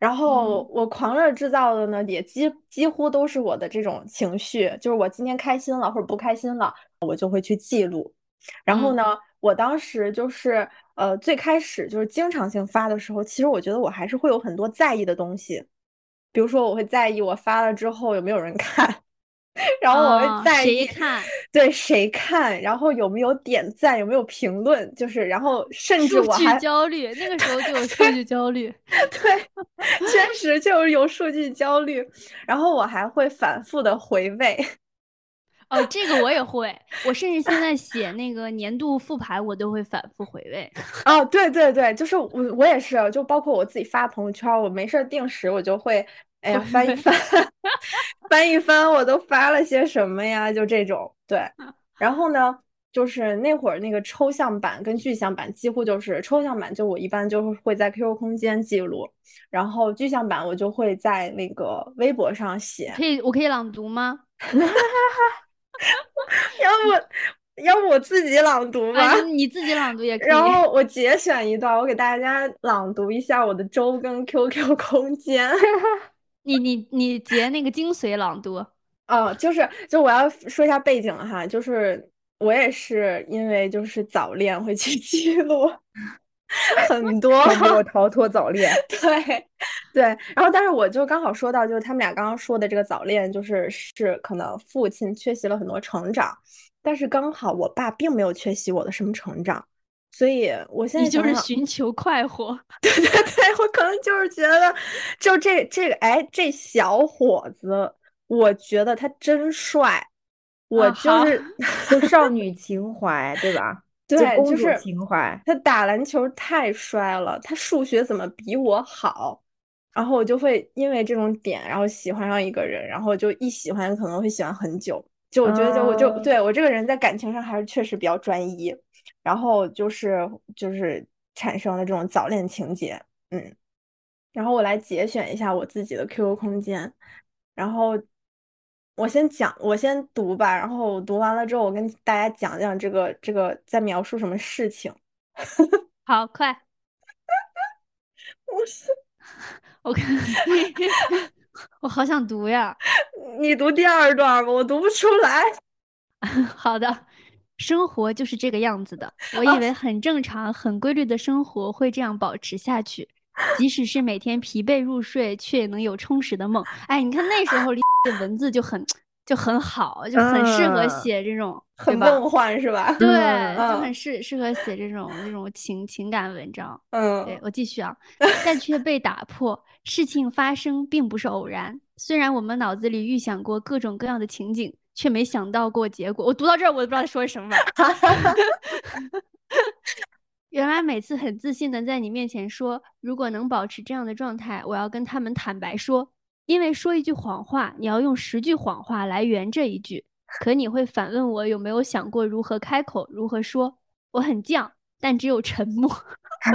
然嗯后我狂热制造的呢，也几几乎都是我的这种情绪，就是我今天开心了或者不开心了，我就会去记录。然后嗯呢，我当时就是呃，最开始就是经常性发的时候，其实我觉得我还是会有很多在意的东西，比如说我会在意我发了之后有没有人看， [LAUGHS] 然后我啊会在谁意看对谁看，然后有没有点赞，有没有评论，就是然后甚至数我据还。焦虑，那个时候就有数据焦虑。对， [LAUGHS] 确实就是有数据焦虑，然后我还会反复的回味。 [LAUGHS] 哦，这个我也会，我甚至现在写那个年度复盘，我都会反复回味。哦，对对对，就是我我也是，哦就包括我自己发朋友圈儿，我没事儿定时我就会，哎呀翻一翻， [LAUGHS] 翻一翻我都发了些什么呀，就这种。对，然后呢，就是那会儿那个抽象版跟具象版几乎就是抽象版，就我一般就是会在 QQ 空间记录，然后具象版我就会在那个微博上写。 [LAUGHS] 可以，我可以朗读吗？要不要不我自己朗读吧？啊，你你自己朗读也可以。然后我节选一段，我给大家朗读一下我的周更 [LAUGHS] QQ 空间。你你你截那个精髓朗读。哦，就是就我要说一下背景哈，就是我也是因为就是早恋会去 [LAUGHS] 记 [LAUGHS] 录很多帮助我逃脱早恋。对对，然后但是我就刚好说到，就是他们俩刚刚说的这个早恋，就是是可能父亲缺席了很多成长，但是刚好我爸并没有缺席我的什么成长，所以我现在你就想是想寻求快活，对，我可能就是觉得，就这这个，哎，这小伙子，我觉得他真帅，我啊就好是，就少女情怀，对吧？就对，公就主是情怀。他打篮球太帅了，他数学怎么比我好？然后我就会因为这种点，然后喜欢上一个人，然后就一喜欢可能会喜欢很久。就我觉得，就我就啊对我这个人在感情上还是确实比较专一，然后就是就是产生了这种早恋情节，嗯。然后我来节选一下我自己的 QQ 空间，然后我先讲，我先读吧，然后我读完了之后，我跟大家讲讲这个这个在描述什么事情。好快！我看， [LAUGHS] 我好想读呀。 [LAUGHS] 你读第二段吧，我读不出来。 [LAUGHS] 好的，生活就是这个样子的。我以为很正常、很规律的生活会这样保持下去，即使是每天疲惫入睡，却也能有充实的梦。哎，你看那时候李 [LAUGHS] 的文字就很就很好，就很适合嗯写这种， [LAUGHS] 对很吧？梦幻是吧？ [LAUGHS] 对，就嗯很适适合写这种这种情情感文章。对嗯，我继续啊，但却被打破。事情发生并不是偶然，虽然我们脑子里预想过各种各样的情景，却没想到过结果。我读到这儿，我都不知道在说什么。 [LAUGHS] 原来每次很自信的在你面前说，如果能保持这样的状态，我要跟他们坦白说，因为说一句谎话，你要用十句谎话来圆这一句。可你会反问我有没有想过如何开口，如何说。我很犟，但只有沉默。 [LAUGHS]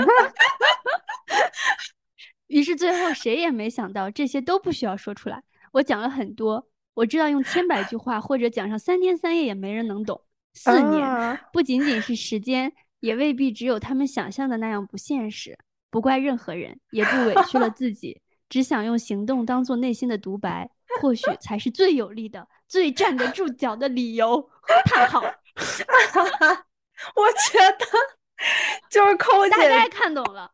于是最后谁也没想到，这些都不需要说出来。我讲了很多，我知道用千百句话或者讲上三天三夜也没人能懂。四年、啊不仅仅是时间，也未必只有他们想象的那样不现实。不怪任何人，也不委屈了自己，只想用行动当做内心的独白，或许才是最有力的、最站得住脚的理由。太好，我觉得就是抠大姐概看懂了。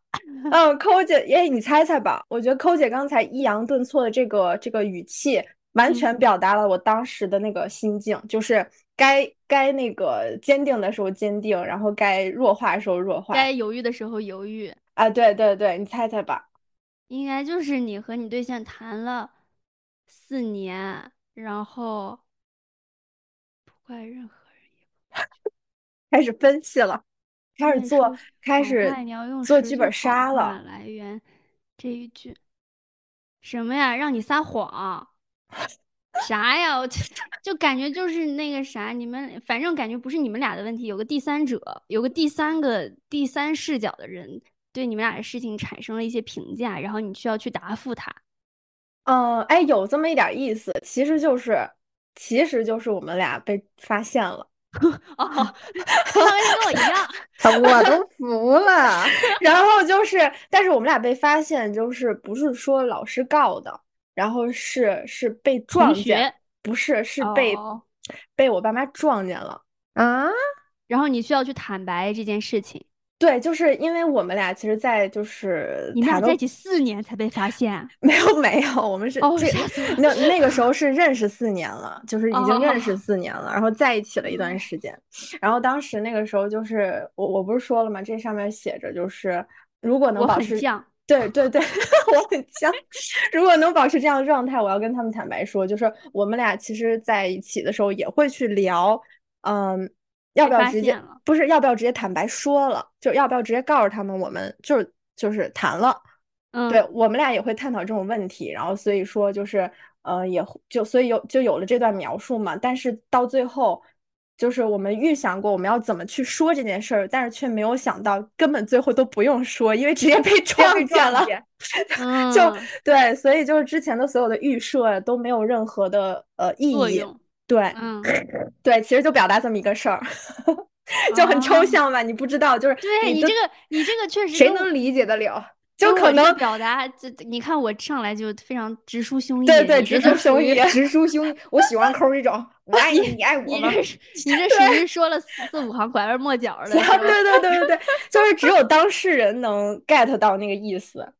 嗯，抠姐，哎，你猜猜吧？我觉得抠姐刚才抑扬顿挫的这个这个语气，嗯完全表达了我当时的那个心境，就是该该那个坚定的时候坚定，然后该弱化的时候弱化。该犹豫的时候犹豫，啊，对对对，你猜猜吧？应该就是你和你对象谈了四年，然后不怪任何人，开始分析了，开始那做，是嗯开好始坏你要用做十剧句本好杀话了。来源这一句，什么呀？让你撒谎，啥呀？我就就感觉就是那个啥，你们反正感觉不是你们俩的问题，有个第三者，有个第三个第三视角的人对你们俩的事情产生了一些评价，然后你需要去答复他。嗯，哎，有这么一点意思，其实就是，其实就是我们俩被发现了，哦， [LAUGHS] 他们跟我一样。我 [LAUGHS] 都服了。然后就是，但是我们俩被发现，就是不是说老师告的，然后是是被撞见，学不是是被哦被我爸妈撞见了。啊，然后你需要去坦白这件事情。对，就是因为我们俩其实，在就是你们俩在谈 [LAUGHS] 一了起四年才被发现，啊没有没有，我们是哦这吓死我那那个时候是认识四年了，就是已经认识哦四年了，然后在一起了一段时间。然后当时那个时候就是我我不是说了吗？这上面写着就是如果能我保很持，犟。对对 [LAUGHS] 对，我很犟。如果能保持这样的状态，我要跟他们坦白说，就是我们俩其实在一起的时候也会去聊，嗯，要被不要发直接现了不是要不要直接坦白说了，就要不要直接告诉他们我们就是就是谈了。嗯，对，我们俩也会探讨这种问题，然后所以说就是呃，也会就所以有就有了这段描述嘛。但是到最后，就是我们预想过我们要怎么去说这件事儿，但是却没有想到，根本最后都不用说，因为直 [LAUGHS] 接被撞见了。嗯， [LAUGHS] 就对，所以就是之前的所有的预设都没有任何的呃意作义。嗯用。啊对嗯，对，其实就表达这么一个事儿， [LAUGHS] 就很抽啊象嘛，你不知道，就是对你都这个，你这个确实 [LAUGHS] 谁跟我能理解得了？ [LAUGHS] 就跟可我这个能表达，这你看我上来就非常直抒胸臆，对对你这直就抒胸属于臆直抒胸臆，我喜欢抠这种，我爱你，你爱我 [LAUGHS] 你吗？这是你这属于说了四四五行拐弯抹 [LAUGHS] 角的，啊，对对对对对，就是只有当事人能 get 到那个意思。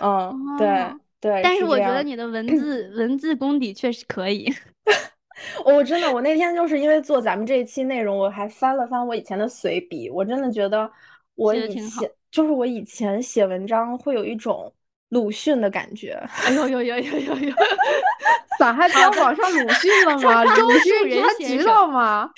嗯，对哦对。但是是我这觉得样你的文字文字功底确实可以。 [LAUGHS] 我哦真的，我那天就是因为做咱们这一期内容，我还翻了翻我以前的随笔，我真的觉得我写得以挺好前就是我以前写文章会有一种鲁迅的感 [LAUGHS] 觉。哎呦呦呦呦呦呦！咋还标榜上鲁迅 [LAUGHS] 了吗？鲁迅你还知道吗？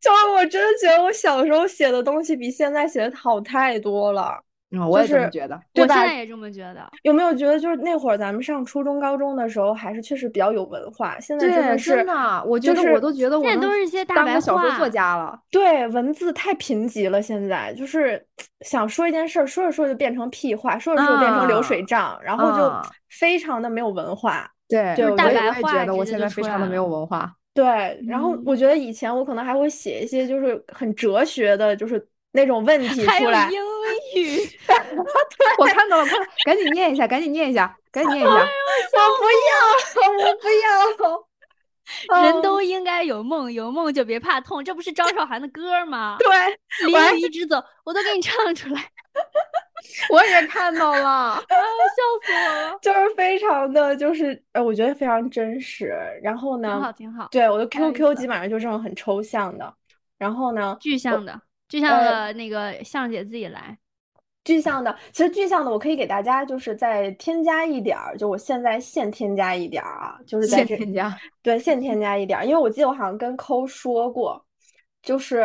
就是我真的觉得我小时候写的东西比现在写的好太多了， [LAUGHS] 嗯，我也这就是么觉得。对我现吧？在也这么觉得。有没有觉得就是那会儿咱们上初中、高中的时候，还是确实比较有文化，现在真的是真的，我觉就得是我都觉得我现在能都是一些大当白个小说话作家了。对，文字太贫瘠了，现在就是想说一件事儿，说着说着就变成屁话，说着说着变成流水嗯啊账，然后就啊非常的没有文化。对，就是我大也白我也话觉直得我接现就在出非常来的没有文 [LAUGHS] 化。对，然后嗯我觉得以前我可能还会写一些就是很哲学的，就是那种问题还出有来。 [LAUGHS] 英语，我看到了，我看到了，赶紧念一下，赶紧念一下，赶紧念一 [LAUGHS] 下。我不要，我不要。 [LAUGHS] 人嗯都应该有梦，有梦就别怕痛，这不是张韶涵的歌吗？对，离我还我一直走，我都给你唱出来，啊我也看到 [LAUGHS] 了，笑死我了。就是非常的，就是呃，我觉得非常真实。然后挺好，呢，挺好，对，我的挺有意 QQ 思基本上就这种很抽象的。然后呢，具象的，具象呃的那个向姐自己来。具象的，其实具象的，我可以给大家就是再添加一点儿，就我现在现添加一点儿啊，就是在谢这谢你啊。对现添加一点儿，因为我记得我好像跟抠说过，就是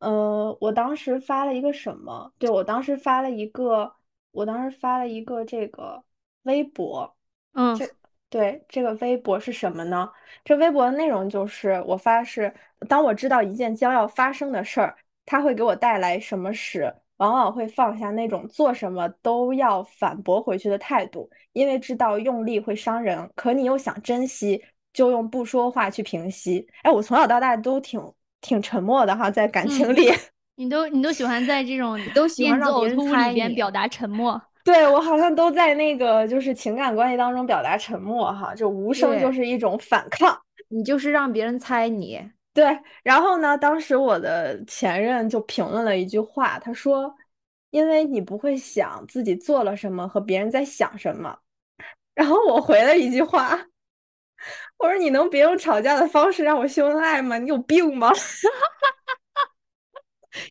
嗯、呃我当时发了一个什么？对，我当时发了一个，我当时发了一个这个微博，嗯，这对，这个微博是什么呢？这微博的内容就是我发誓，当我知道一件将要发生的事儿，它会给我带来什么时，往往会放下那种做什么都要反驳回去的态度，因为知道用力会伤人，可你又想珍惜，就用不说话去平息。哎，我从小到大都挺挺沉默的哈，在感情里， [LAUGHS] 你都你都喜欢在这种都喜欢电子让别呕人吐猜里边你表达沉默。对，我好像都在那个就是情感关系当中表达沉默哈，就无声对就是一种反抗。你就是让别人猜你，对，然后呢，当时我的前任就评论了一句话，他说：“因为你不会想自己做了什么和别人在想什么。” [LAUGHS] 然后我回了一句话，我说：“你能别用吵架的方式让我秀恩爱吗？你有 [LAUGHS] 病吗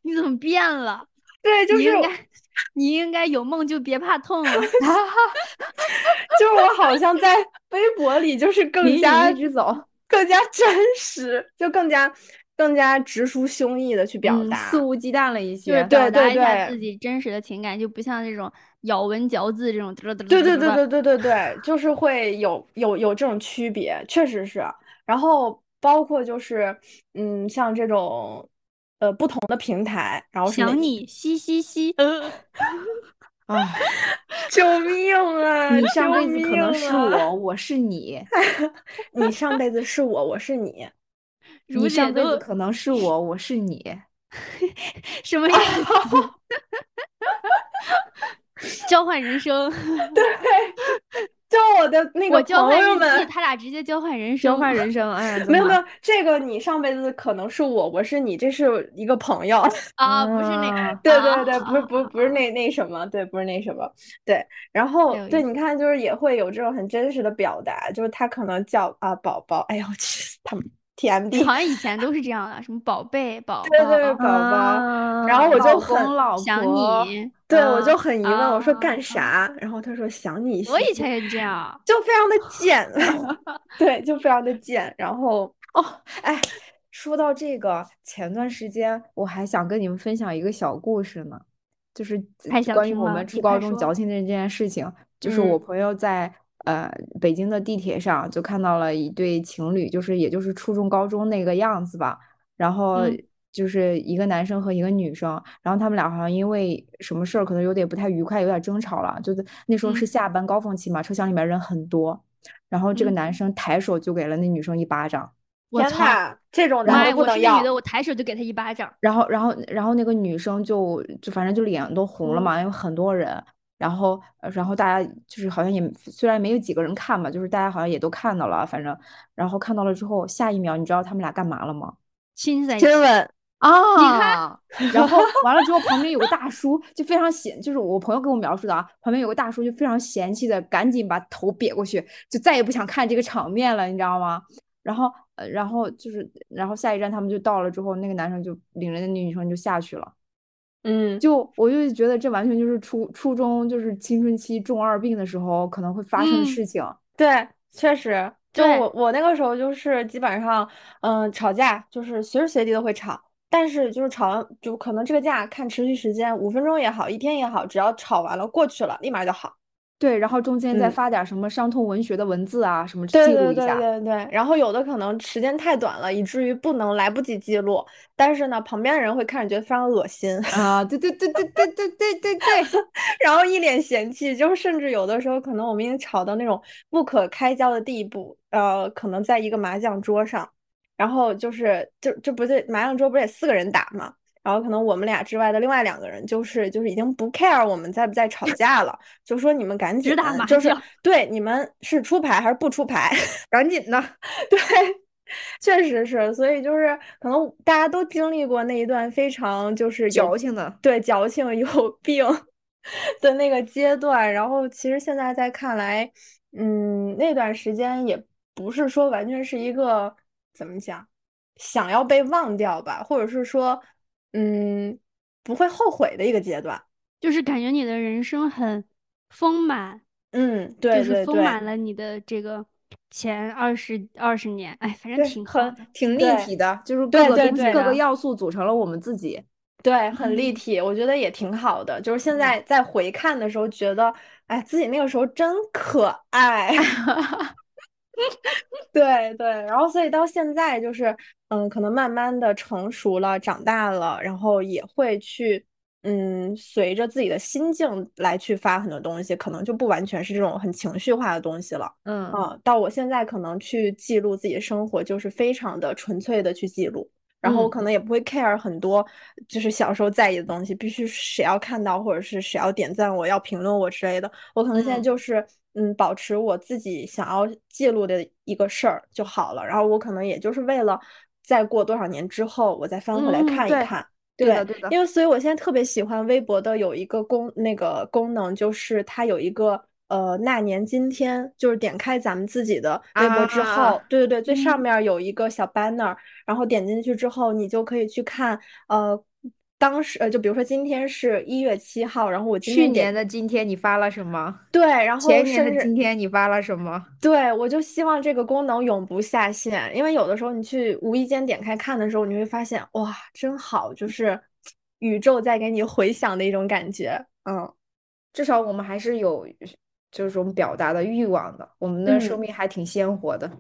你怎么变了？？”对，就你是应该，你应该有梦就别怕痛了。就是我好像在微博里 [LAUGHS] 就是更淋加漓一直走，更加 [LAUGHS] 真实，就更加更加直抒胸臆的去表嗯达。肆无忌惮了一就是些。表对达一下对自己真实的情感，就不像那种咬文嚼字这种嘚嘚嘚嘚嘚嘚。对对对对对对对，就是会有有有这种区别，确实是。然后包括就是，嗯，像这种呃不同的平台，然后是哪想你，嘻嘻嘻。啊，救命啊！你上救辈子可能命 [LAUGHS] 是啊，我，我是你； [LAUGHS] 你上辈子是我，我是你，如你姐上辈子都可能是我，我是你。什么意 [LAUGHS] 思？交换人生， [LAUGHS] 就我的那我个交朋换友日们记，，他俩直接交换人生，交换人生， [LAUGHS] 哎呀，没有没有有，这个你上辈子可能是我，我是你，这是一个朋 [LAUGHS] 友。啊，不是那个，啊对啊对对，不是不是不是那那什么，对，不是那什么，对。然后有意对，你看，就是也会有这种很真实的表达，就是他可能叫啊宝宝，哎呦，去 [LAUGHS] 他们 TMD，好像以前都是这样的，什么宝贝、宝对对对宝、宝宝，然后我就老很公老想婆，你，对我就很疑问，我说啊干啥？然后他说想你一些，我以前也这 [LAUGHS] 样。就非常的 [LAUGHS] 贱，对，就非常的贱。然后哦，哎，说到这个，前段时间我还想跟你们分享一个小故事呢，就是太想关于听我了们你初高快中说嗯矫情的这件事情。就是我朋友在呃北京的地铁上就看到了一对情侣，就是也就是初中高中那个样子吧，然后嗯就是一个男生和一个女生，然后他们俩好像因为什么事儿可能有点不太愉快，有点争吵了，就是那时候是嗯下班高峰期嘛，车厢里面人很多，然后这个嗯男生抬手就给了那女生一巴掌。我天操！呐，这种妈男的呀，不我能是个要女的，，我抬手就给他一巴掌。然后，然后，然后那个女生就就反正就脸都红了嘛，因为很多人。然后，呃然后大家就是好像也虽然没有几个人看吧，就是大家好像也都看到了，反正然后看到了之后，下一秒你知道他们俩干嘛了吗？ [LAUGHS] 亲 [LAUGHS] 在一起，亲吻。啊，然后完了之后，旁边有个大叔就非常嫌，就是我朋友跟我描述的啊，旁边有个大叔就非常嫌弃的，赶紧把头别过去，就再也不想看这个场面了，你知道吗？然后，呃然后就是，然后下一站他们就到了之后，那个男生就领着那女生就下去了。嗯，就我就觉得这完全就是初初中就是青春期中二病的时候可能会发生的嗯事情。对，确实，就对我我那个时候就是基本上，嗯，吵架就是随时随地都会吵，但是就是吵完就可能这个架看持续时间，五分钟也好，一天也好，只要吵完了过去了，立马就好。对，然后中间再嗯发点什么伤痛文学的文字啊，什么记对录对一对下。对对，然后有的可能时间太短了，以至于不能来不及记录，但是呢，旁边的人会看着觉得非常恶心，啊，对对对对对对对对对。 [LAUGHS] 然后一脸嫌弃，就甚至有的时候可能我们已经吵到那种不可开交的地步，呃，可能在一个麻将桌上，然后就是就这不对，麻将桌不是得四个人打嘛，然后可能我们俩之外的另外两个人就是就是已经不 care 我们在不在吵架了，就说你们赶紧只打麻就是将对你们是出牌还是不出牌， [LAUGHS] 赶紧的，对。确实是，所以就是可能大家都经历过那一段非常就是有矫情的，对，矫情有 [LAUGHS] 病的那个阶段。然后其实现在在看来，嗯，那段时间也不是说完全是一个怎么讲，想要被忘掉吧，或者是说，嗯，不会后悔的一个阶段。就是感觉你的人生很丰满，嗯，对就是对丰对，满了你的这个前二十二十年，哎，反正对，挺好很的。挺立对体的，就是对各个对东西、对各的个要素组成了我们自己。对，很立体，我觉得也挺好的。就是现在在回看的时候，觉得，哎，自己那个时候真可爱。对对，然后所以到现在就是，嗯，可能慢慢的成熟了，长大了，然后也会去，嗯，随着自己的心境来去发很多东西，可能就不完全是这种很情绪化的东西了。嗯啊，到我现在可能去记录自己的生活，就是非常的纯粹的去记录，然嗯后我可能也不会 care 很多，就是小时候在意的东西，必须谁要看到或者是谁要点赞我，要评论我之类的，我可能现在嗯就是。嗯，保持我自己想要记录的一个事儿就好了。然后我可能也就是为了再过多少年之后，我再翻回来嗯看一对看。对的对的因为所以我现在特别喜欢微博的有一个功那个功能，就是它有一个呃那年今天，就是点开咱们自己的微博之后，啊对对对，最上面有一个小 banner，、然后点进去之后，你就可以去看呃。当时呃，就比如说今天是一月七号，然后我今去天点年的今天你发了什么？对，然后前年甚的至今天你发了什么？对，我就希望这个功能永不下线，因为有的时候你去无意间点开看的时候，你会发现，哇，真好，就是宇宙在给你回响的一种感觉。嗯，至少我们还是有这种表达的欲望的，我们的生嗯命还挺鲜活的。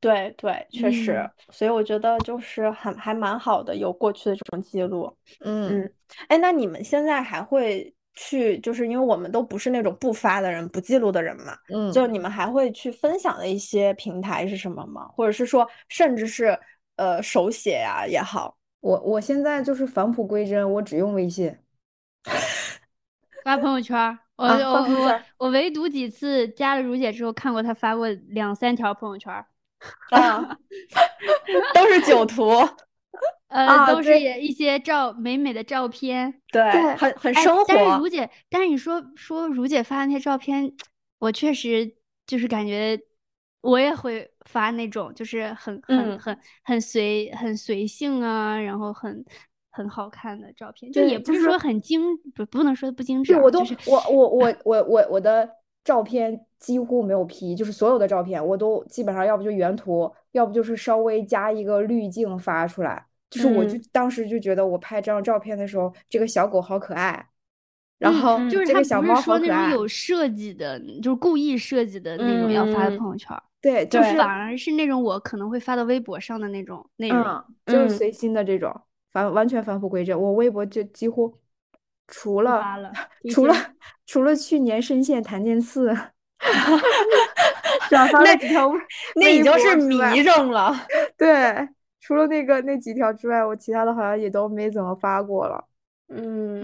对对，确实，嗯所以我觉得就是很还蛮好的，有过去的这种记录。嗯嗯，哎，那你们现在还会去，就是因为我们都不是那种不发的人、不记录的人嘛，嗯，就你们还会去分享的一些平台是什么吗？或者是说，甚至是呃手写呀、也好。我我现在就是返璞归真，我只用微信。发朋友圈儿，我、啊发我朋友圈我儿我唯独几次加了如姐之后，看过她发过两三条朋友圈儿，啊， [LAUGHS] 都是酒徒，呃，啊都是对也一些照美美的照片，对，对很呃很哎生但是活如，姐，但是你说说如姐发的那些照片，我确实就是感觉我也会发那种，就是很很嗯很很随很随性啊，然后很很好看的照片，就对也就不是是说很精，不不能说不精致对，啊，我都嗯就是我我 [LAUGHS] 我我我我的照片几乎没有 P，就是所有的照片我都基本上要不就原图，要不就是稍微加一个滤镜发出来。就是我就嗯当时就觉得我拍这张照片的时候，这个小狗好可爱，然后嗯就是这他个小不猫是好说可那种爱。有设计的，就是故意设计的那种要发嗯的朋友圈儿，对，就就是反而是那种我可能会发到微博上的那种内容。嗯，就是嗯随心的这种，返完全返璞归真。我微博就几乎除了发了这除些了 [LAUGHS] 除了去年深陷檀健次，转发了那几条微， [LAUGHS] 那微已经博是之迷外上了。对，除了那个那几条之外，我其他的好像也都没怎么发过了。嗯，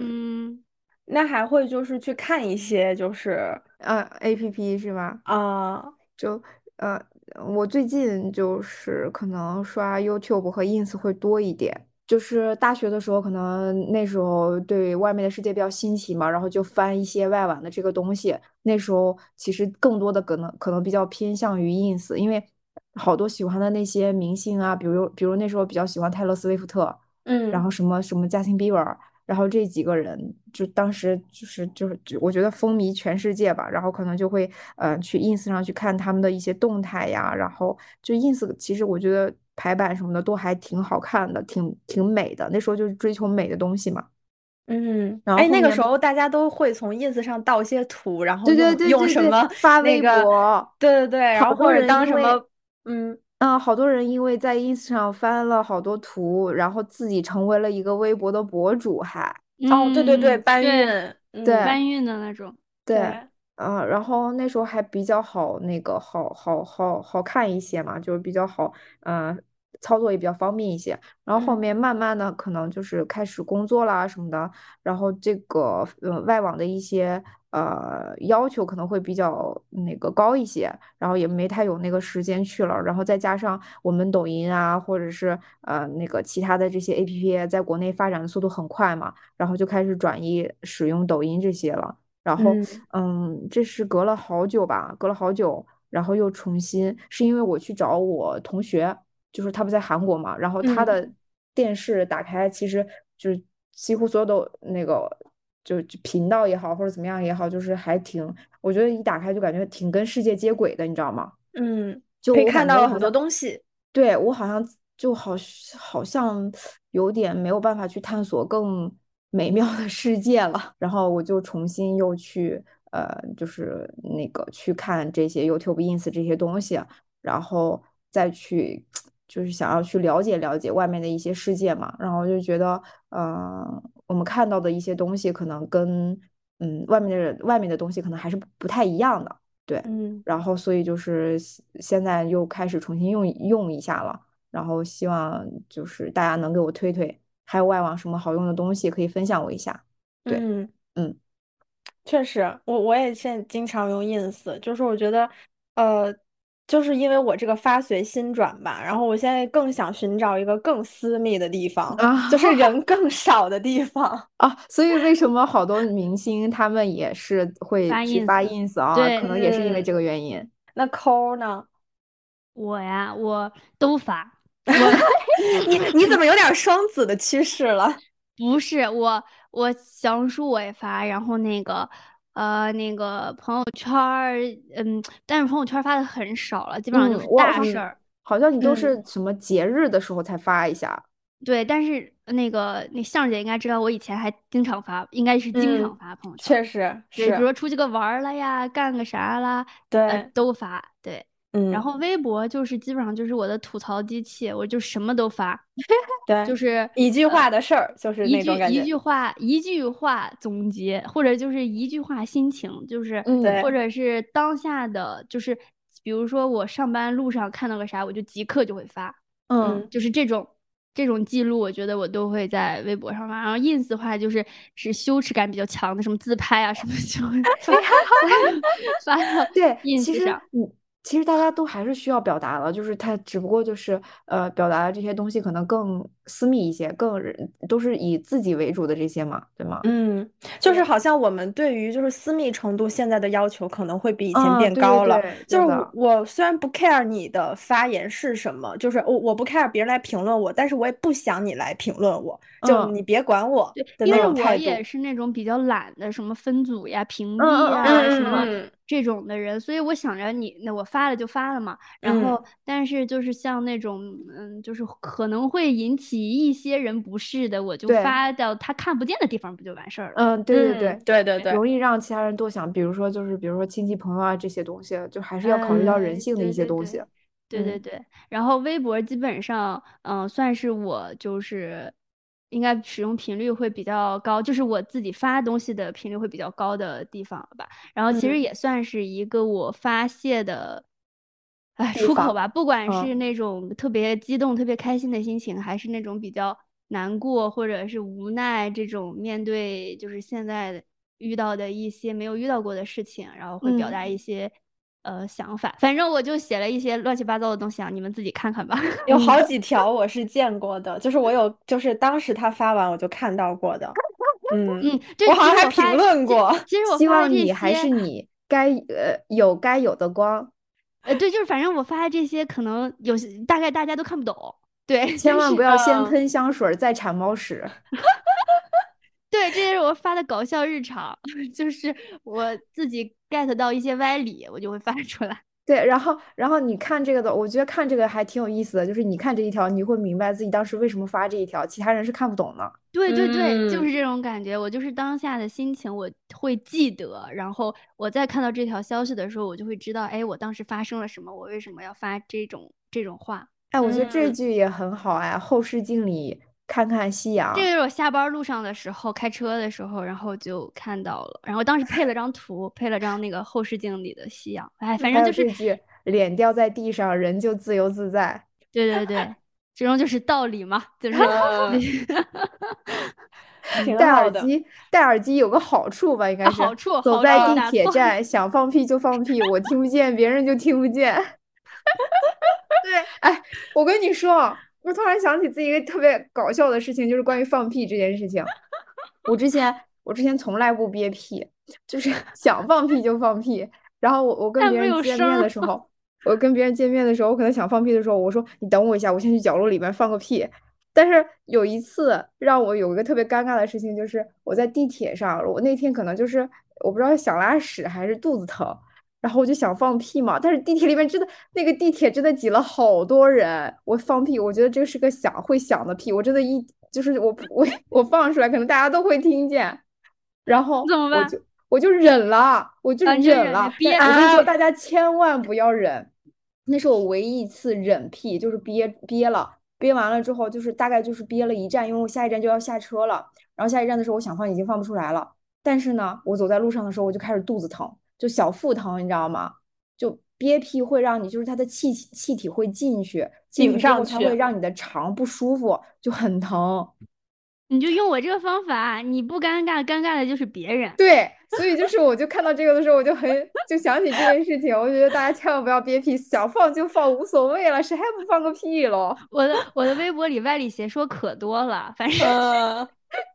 嗯，那还会就是去看一些，就是嗯，A P P 是吗？啊，就呃，我最近就是可能刷 YouTube 和 Ins 会多一点。就是大学的时候，可能那时候对外面的世界比较新奇嘛，然后就翻一些外网的这个东西。那时候其实更多的可能可能比较偏向于 ins，因为好多喜欢的那些明星啊，比如比如那时候比较喜欢泰勒·斯威夫特，嗯，然后什么什么贾斯汀·比伯尔，然后这几个人就当时就是就是就我觉得风靡全世界吧，然后可能就会呃去 ins 上去看他们的一些动态呀，然后就 ins 其实我觉得排版什么的都还挺好看的，挺挺美的。那时候就是追求美的东西嘛。嗯，然后哎，后那个面时候大家都会从 ins 上盗一些图，然后对对用对用对什对么发那微个，博对对对，然好后多或者人当因什为么，嗯嗯，好多人因为在 ins 上翻了好多图，然后自己成为了一个微博的博主还，哦，对对对，嗯搬运，对嗯搬运的那种。对，嗯，然后那时候还比较好，那个好好好好看一些嘛，就是比较好，嗯、操作也比较方便一些。然后后嗯面慢慢的可能就是开始工作啦什么的，然后这个呃外网的一些呃要求可能会比较那个高一些，然后也没太有那个时间去了。然后再加上我们抖音啊，或者是呃那个其他的这些 APP 在国内发展的速度很快嘛，然后就开始转移使用抖音这些了。然后，嗯嗯，这是隔了好久吧，隔了好久，然后又重新，是因为我去找我同学，就是他不在韩国嘛，然后他嗯的电视打开，其实就是几乎所有的那个就就频道也好，或者怎么样也好，就是还挺，我觉得一打开就感觉挺跟世界接轨的，你知道吗？嗯，就可以我看感觉到我很好多像。东西，对，我好像就好像好像有点没有办法去探索更美妙的世界了，然后我就重新又去呃，就是那个去看这些 YouTube、Ins 这些东西，然后再去就是想要去了解了解外面的一些世界嘛。然后就觉得，嗯、呃，我们看到的一些东西可能跟嗯外面的人外面的东西可能还是不太一样的，对。嗯然后所以就是现现在又开始重新用用一下了，然后希望就是大家能给我推推，还有外网什么好用的东西可以分享我一下。对嗯嗯，确实，我我也现在经常用 ins，就是我觉得，呃，就是因为我这个发随心转吧，然后我现在更想寻找一个更私密的地方，啊就是人更少的地方。啊，所以为什么好多明星他们也是会发去发 ins ins 啊？对可能也是因为嗯这个原因。那抠呢？我呀，我都发，你你怎么有点双子的趋势了？不是我，我小红书我也发，然后那个呃那个朋友圈儿，嗯，但是朋友圈儿发的很少了，基本上就嗯是我大好事像儿。好像你都是什么节日的时候才发一下，对，但是那个那向儿姐应该知道，我以前还经常发，应该是经常嗯发朋友圈儿。 [LAUGHS] 确实对，是，比如说出去个玩儿了呀，干个啥啦，呃，对，都发。对，嗯，然后微博就是基本上就是我的吐槽机器，我就什么都发，对，就是一句话的事儿，就是一那句种感一觉。句话一句话总结，或者就是一句话心情，就是嗯对或者是当下的，就是比如说我上班路上看到个啥，我就即刻就会发，嗯，就是这种这种记录，我觉得我都会在微博上发。然后 ins 的话，就是是羞耻感比较强的，什么自拍啊什么就会发 [LAUGHS] 到对，其 ins 实上。你其实大家都还是需要表达的，就是他只不过就是呃表达的这些东西可能更私密一些，更人都是以自己为主的这些嘛，对吗？嗯，就是好像我们对于就是私密程度现在的要求可能会比以前啊变对高了。对对就是有我的我虽然不 care 你的发言是什么，就是我我不 care 别人来评论我，但是我也不想你来评论我，就嗯你别管我对，的因那为种我态也度。是那种比较懒的，什么分组呀、嗯屏蔽嗯呀、嗯什么嗯这种的人，所以我想着你，那我发了就发了嘛。嗯嗯然后，但是就是像那种，嗯，就是可能会引起一些人不适的，我就对发到他看不见的地方，不就完事儿了？嗯，对对对。嗯对对对，容易让其他人多想，比如说就是比如说亲戚朋友啊这些东西，就还是要考虑到人哎性的对一些对东对西。对对嗯对，然后微博基本上，嗯、算是我就是应该使用频率会比较高，就是我自己发东西的频率会比较高的地方了吧。然后其实嗯也算是一个我发泄的，哎，地出口方吧，不管嗯是那种特别激动、特别开心的心情，还是那种比较难过或者是无奈这种面对，就是现在遇到的一些没有遇到过的事情，然后会表嗯达一些。呃想法。反正我就写了一些乱七八糟的东西啊，你们自己看看吧。有好几条我是见过的，就是我有，就是当时他发完我就看到过的。嗯，嗯， [LAUGHS] 这我其好像实还发评这论过其实我希发的望这你还些是你该呃有该有的 [LAUGHS] 光，呃，对，就是反正我发的这些可能有些大概大家都看不懂。对，千万不要先嗯喷香水儿再铲猫屎。对，这些是我发的搞笑日常， [LAUGHS] 就是我自己 get 到一些歪理，我就会发出来。对，然后，然后你看这个的，我觉得看这个还挺有意思的，就是你看这一条，你会明白自己当时为什么发这一条，其他人是看不懂的。对对对，就嗯是这种感觉。我就是当下的心情，我会记得，然后我在看到这条消息的时候，我就会知道，哎，我当时发生了什么，我为什么要发这种这种话。哎，我觉得这嗯句也很好哎，后视镜里看看夕阳。这个是我下班路上的时候，开车的时候，然后就看到了，然后当时配了张图，配了张那个后视镜里的夕阳，哎，反还正有就这是句脸掉在地上，人就自由自在。对 [LAUGHS] 对对，这种就是道理嘛，就是挺戴好耳的。机，戴耳机有个好处吧，应该是啊好处走好在处地打铁光站，想放屁就放屁，我听不见，别人就听不见。 [LAUGHS] 对，哎，我跟你说啊，我突然想起自己一个特别搞笑的事情，就是关于放屁这件事情。我之前，我之前从来不憋屁，就是 [LAUGHS] 想放屁就放屁。然后我我跟但别不人有见声面儿的时候，我跟别人见面的时候，我可能想放屁的时候，我说你等我一下，我先去角落里面放个屁。但是有一次让我有一个特别尴尬的事情，就是我在地铁上，我那天可能就是我不知道想拉屎还是肚子疼，然后我就想放屁嘛，但是地铁里面真的那个地铁真的挤了好多人，我放屁，我觉得这是个响会响的屁，我真的一就是我我我放出来，可能大家都会听见，然后怎么我办就我就忍了，我就啊你就忍忍了你，憋但我跟你啊说，大家千万不要忍。那是我唯一一次忍屁，就是憋憋了，憋完了之后就是大概就是憋了一站，因为我下一站就要下车了。然后下一站的时候，我想放已经放不出来了，但是呢，我走在路上的时候我就开始肚子疼，就小腹疼，你知道吗？就憋屁会让你就是它的气气体会进去，进顶去之后上它去会让你的肠不舒服，就很疼。你就用我这个方法，你不尴尬，尴尬的就是别人。 [LAUGHS] 对，所以就是我就看到这个的时候，我就很就想起这件事情，我觉得大家千万不要憋屁，想放就放，无所谓了，谁还不放个屁 [LAUGHS] 喽？我的我的微博里歪理邪说可多了，反 [LAUGHS] 正嗯，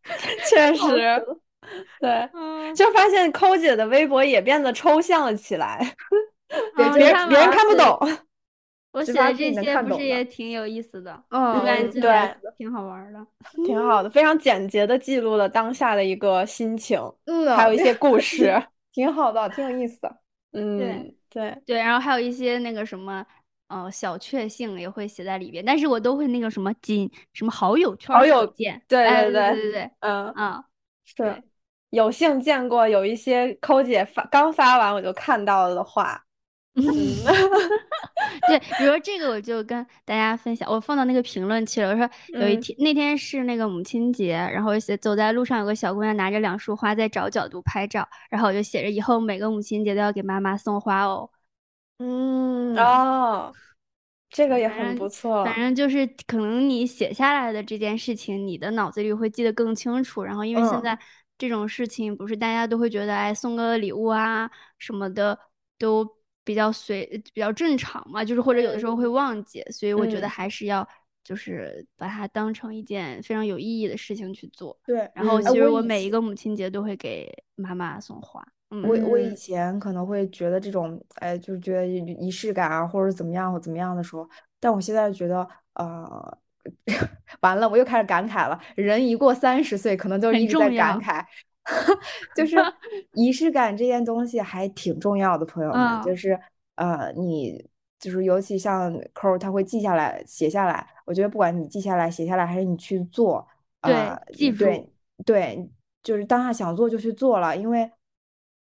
[LAUGHS] 确实，对，嗯，就发现抠姐的微博也变得抽象了起来， [LAUGHS] 对啊这别个人别人看不懂。我直写发的自这己能些看不懂是的也挺有意思的，嗯我感觉啊哦对，挺好玩儿的。挺好的，非常简洁的记录了当下的一个心情，嗯，还有一些故事。 [LAUGHS] 挺好的，挺有意思的。嗯，对，对，然后还有一些那个什么，呃，小确幸也会写在里边，但是我都会那个什么仅什么好友圈好儿友可见，对哎对对对对对，嗯，啊，是有幸见过有一些抠姐发刚发完我就看到了的话，对，比如说这个我就跟大家分享，我放到那个评论区了。我说有一嗯天、那天是那个母亲节，然后写走在路上有个小姑娘拿着两束花在找角度拍照，然后我就写着以后每个母亲节都要给妈妈送花哦。嗯哦，这个也反很正不错。反正就是可能你写下来的这件事情，你的脑子里会记得更清楚。然后因为现嗯在这种事情，不是大家都会觉得，哎，送个礼物啊什么的都比较随，比较正常嘛，就是或者有的时嗯候会忘记，所以我觉得嗯还是要就是把它当成一件非常有意义的事情去做。对，然后嗯其哎实我我以每一前个母亲节都会给妈妈送花。我嗯，我以嗯前可能会觉得这种，哎，就是觉得仪式感啊，或者怎么样或怎么样的时候，但我现在觉得，呃， [LAUGHS] 完了，我又开始感慨了。人一过三十岁，可能就很一直在重感要慨， [LAUGHS] 就是仪式感这件东西还挺重要的，朋友们，就啊是呃，你就是尤其像扣儿，他会记下来、写下来。我觉得不管你记下来、写下来，还是你去做，对呃，记对住对，就是当下想做就去做了，因为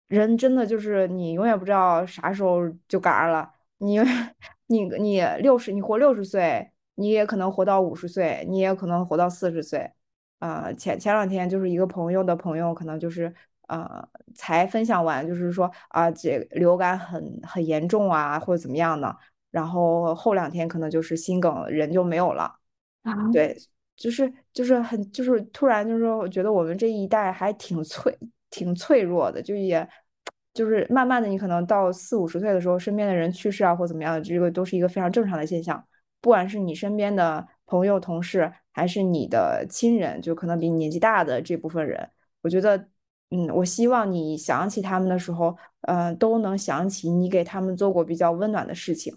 人真的就是你永远不知道啥时候就嘎儿了。你永远 [LAUGHS] 你你六十，你活六十岁，你也可能活到五十岁，你也可能活到四十岁。呃，前前两天就是一个朋友的朋友，可能就是呃才分享完，就是说啊，这流感很很严重啊，或者怎么样呢？然后后两天可能就是心梗，人就没有了。啊，对，就是就是很就是突然就是说，我觉得我们这一代还挺脆挺脆弱的，就也就是慢慢的，你可能到四五十岁的时候，身边的人去世啊或怎么样的，这个都是一个非常正常的现象。不管是你身边的朋友、同事，还是你的亲人，就可能比你年纪大的这部分人，我觉得，嗯，我希望你想起他们的时候，呃，都能想起你给他们做过比较温暖的事情。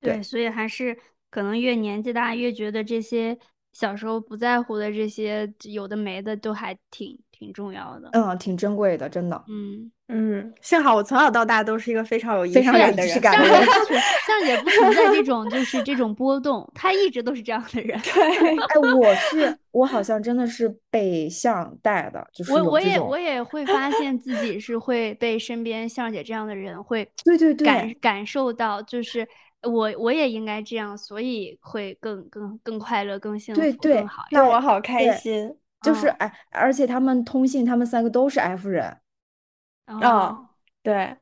对对，所以还是可能越年纪大，越觉得这些小时候不在乎的这些有的没的，都还挺挺重要的。嗯，挺珍贵的，真的。嗯，嗯，幸好我从小到大都是一个非常有仪非式常有感仪的式人。感向的姐人不存，向姐 [LAUGHS] 不存在这种就是这种波动，她一直都是这样 [LAUGHS] 的人。 [LAUGHS] 对，哎，我是我好像真的是被像带的，就是我有我这也种我也会发现自己是会被身边向姐这样的人 [LAUGHS] 会对对对感感受到，就是我我也应该这样，所以会更更更快乐、更幸福、对对更好一点。让我好开对心。就是嗯哎，而且他们通信，他们三个都是 F 人，哦，对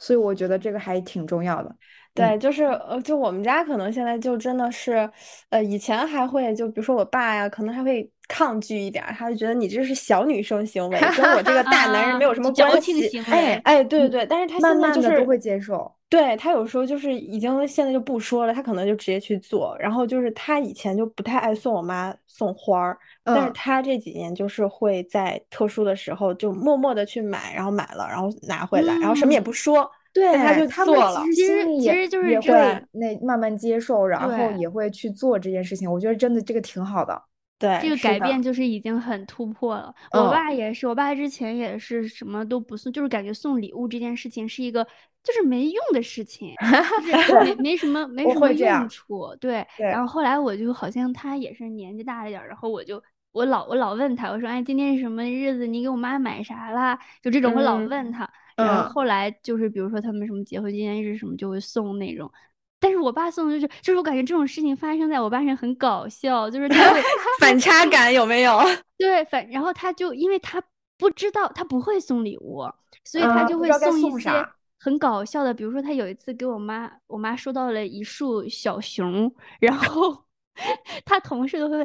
所以我觉得这个还挺重要的。对，就是呃，就我们家可能现在就真的是，呃，以前还会就比如说我爸呀，可能还会抗拒一点儿，他就觉得你这是小女生行为，跟我这个大男人没有什啊么矫关情系。行哎为哎，对对，但是他慢现在慢就的是都会接受。对，他有时候就是已经现在就不说了，他可能就直接去做。然后就是他以前就不太爱送我妈送花儿，但是嗯他这几年就是会在特殊的时候就默默的去买，然后买了，然后拿回来，然后什么也不嗯说，对，但他就他做们了其实其心实里其也实就是也这会样那慢慢接受，然后对也会去做这件事情。我觉得真的这个挺好的。对，这个是改的，变就是已经很突破了。我嗯爸也是，我爸之前也是什么都不送，就是感觉送礼物这件事情是一个就是没用的事 [LAUGHS] 情，就是没没什么没我什么会这样用处。对，对然后后来我就好像他也是年纪大了点儿，然后我就。我老我老问他，我说哎，今天是什么日子？你给我妈买啥啦？就这种，我老嗯问他，然嗯后后来就是比如说他们什么结婚纪念日什么就会送那种。但是我爸送的就是，就是我感觉这种事情发生在我爸身上很搞笑，就是他会 [LAUGHS] 反差感有没 [LAUGHS] 有？对，反然后他就因为他不知道，他不会送礼物，所以他嗯就不会知道该一送些啥很搞笑的，比如说他有一次给我妈，我妈收到了一束小熊，然后 [LAUGHS] 他同事都会。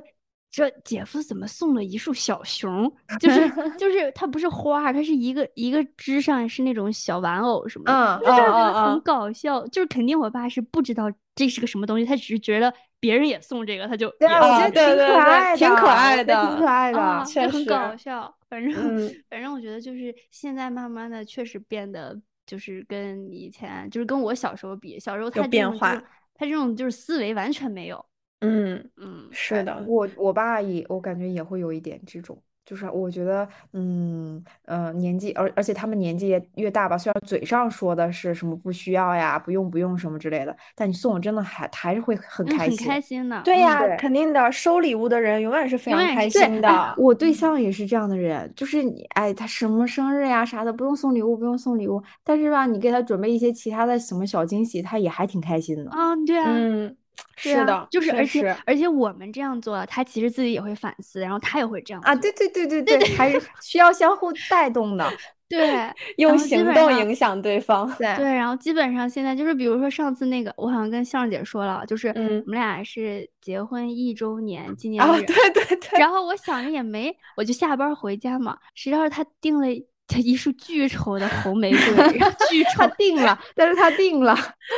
这姐夫怎么送了一束小熊？就是 [LAUGHS] 就是，它不是花儿，它是一个一个枝上是那种小玩偶什么的，嗯就这样觉嗯嗯得嗯很搞笑。就是肯定我爸是不知道这是个什么东西，他只是觉得别人也送这个，他就对也啊，我觉啊得对对挺可对爱的，挺可爱我觉得挺可爱的啊，的，就确很实。搞笑。反正、嗯反正我觉得就是现在慢慢的确实变得就是跟以前就是跟我小时候比，小时候他这变种就化是他这种就是思维完全没有。嗯，嗯，是的，哎我我爸也，我感觉也会有一点这种，就是我觉得，嗯呃，年纪，而而且他们年纪也越大吧，虽然嘴上说的是什么不需要呀、不用不用什么之类的，但你送我真的还还是会很嗯开很心。开心的。对嗯呀对，肯定的，收礼物的人永远是非永常远开是对心哎的。我对象也是这样的人，就是你，哎，他什么生日呀啥的，不用送礼物，不用送礼物，但是吧，你给他准备一些其他的什么小惊喜，他也还挺开心的。啊，对 [LAUGHS] 啊。嗯，对是啊的，就是确而且实而且我们这样做，他其实自己也会反思，然后他也会这样啊，做对对对对对，还是需要相互带动的。对用然后基行本动上影响对方。对，对，然后基本上现在就是，比如说上次那个，我好像跟向儿姐说了，就是我嗯们俩是结婚一周年纪念啊，日，对对 [LAUGHS] 对，然后我想着也没，我就下班儿回家嘛，谁知道他订了他一束巨丑的红玫瑰，然后巨丑 [LAUGHS] 他，定了， [LAUGHS] 但是他定了。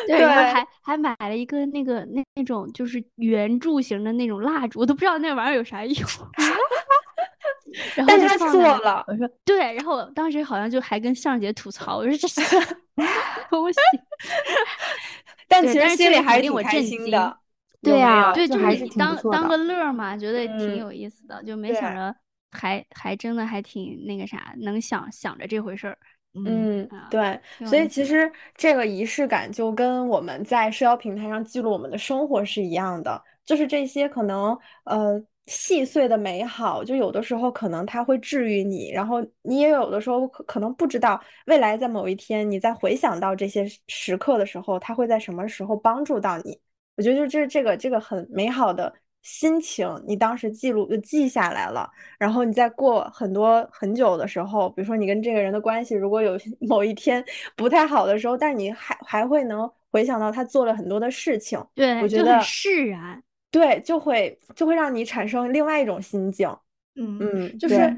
对，然后对还还买了一个那个那那种就是圆柱形的那种蜡烛，我都不知道那玩意儿有啥用。 [LAUGHS] 然后但就是他放做在那了我说对，然后我当时好像就还跟向儿姐吐槽，我说这是 [LAUGHS] 什么东西，但对其实但是心这里个还肯定是挺我开震心惊的。啊对有没呀有对，这就是还你是挺不当错当的个乐儿嘛，觉得挺嗯啊有意思的，就没想对着还还真的还挺那个啥，能想想着这回事儿。嗯啊，对，挺有所以意其思的实这个仪式感就跟我们在社交平台上记录我们的生活是一样的，就是这些可能呃细碎的美好，就有的时候可能它会治愈你，然后你也有的时候可可能不知道未来在某一天你在回想到这些时时刻的时候，它会在什么时候帮助到你。我觉得就这这个这个很美好的心情，你当时记录就呃记下来了。然后你再过很多很久的时候，比如说你跟这个人的关系，如果有某一 [LAUGHS] 天不太好的时候，但是你还还会能回想到他做了很多的事情，对，我觉就很得释然。对，就会就会让你产生另外一种心境，嗯，嗯，就对是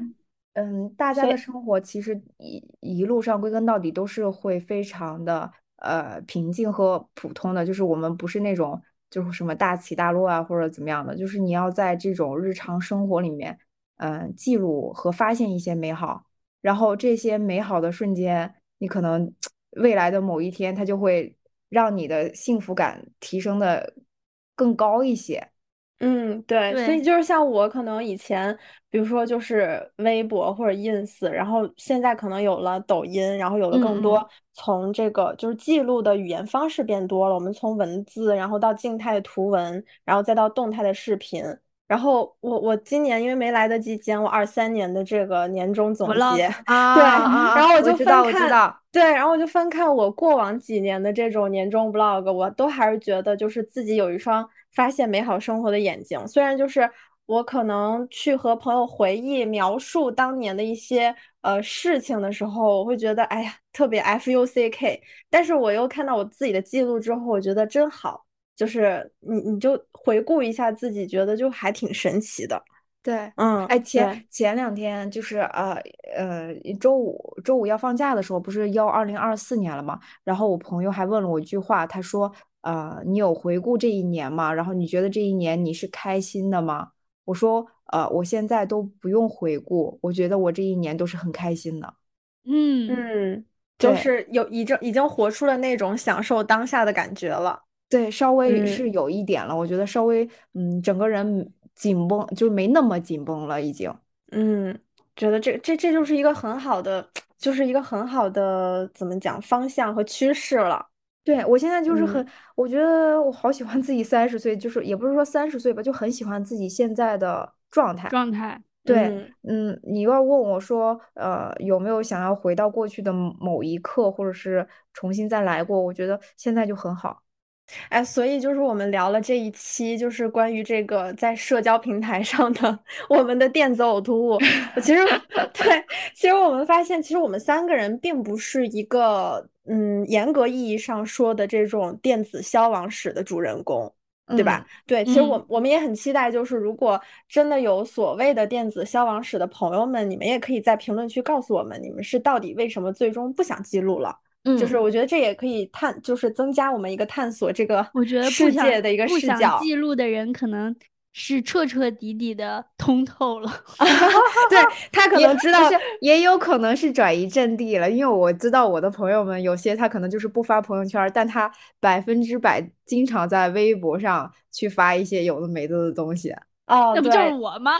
嗯，大家所以的生活其实一一路上归根到底都是会非常的呃平静和普通的，就是我们不是那种就是什么大起大落啊或者怎么样的，就是你要在这种日常生活里面，嗯、记录和发现一些美好，然后这些美好的瞬间，你可能未来的某一天，它就会让你的幸福感提升的更高一些。 [LAUGHS] 嗯，对，所以对就是像我可能以前，比如说就是微博或者 ins，然后现在可能有了抖音，然后有了更嗯多从这个就是记录的语言方式变多了，我们从文字，然后到静态的图文，然后再到动态的视频。然后我我今年因为没来得及剪我二三年的这个年终总 Vlog 结，啊对，啊然后我就知翻道，我知看道。对，然后我就翻看我过往几年的这种年终 vlog，我都还是觉得就是自己有一双发现美好生活的眼睛。虽然就是我可能去和朋友回忆描述当年的一些呃事情的时候，我会觉得哎呀特别 f u c k，但是我又看到我自己的记录之后，我觉得真好。就是你你就回顾一下自己，觉得就还挺神奇的。对，嗯，哎，对前前两天就是呃呃，周五周五要放假的时候，不是要二零二四年了嘛？然后我朋友还问了我一句话，他说：呃，你有回顾这一年吗？然后你觉得这一年你是开心的吗？我说：呃，我现在都不用回顾，我觉得我这一年都是很开心的。嗯，嗯，就对是有已经已经活出了那种享受当下的感觉了。对，稍微嗯是有一点了，我觉得稍微嗯，整个人紧绷，就没那么紧绷了，已经。嗯，觉得这这这就是一个很好的，就是一个很好的怎么讲方向和趋势了。对，我现在就是嗯很，我觉得我好喜欢自己三十岁，就是也不是说三十岁吧，就很喜欢自己现在的状态。状态对，嗯嗯，你要问我说，呃，有没有想要回到过去的某一刻，或者是重新再来过？我觉得现在就很好。哎，所以就是我们聊了这一期，就是关于这个在社交平台上的我们的电子呕吐物。我其实对，其实我们发现，其实我们三个人并不是一个嗯严格意义上说的这种电子消亡史的主人公。对吧？对，其嗯实我我们也很期待，就是如果真的有所谓的电子消亡史的朋友们，你们也可以在评论区告诉我们，你们是到底为什么最终不想记录了。嗯，就是我觉得这也可以探，就是增加我们一个探索这个我觉得不世想界的一个不视想角。记录的人，可能是彻彻底底的通透了。对他可也能知不道是，也有可能是转移阵地了，因为我知道我的朋友们有些他可能就是不发朋友圈儿，但他百分之百经常在微博上去发一些有的没的的东西。哦，那不就对是我 [LAUGHS] 吗？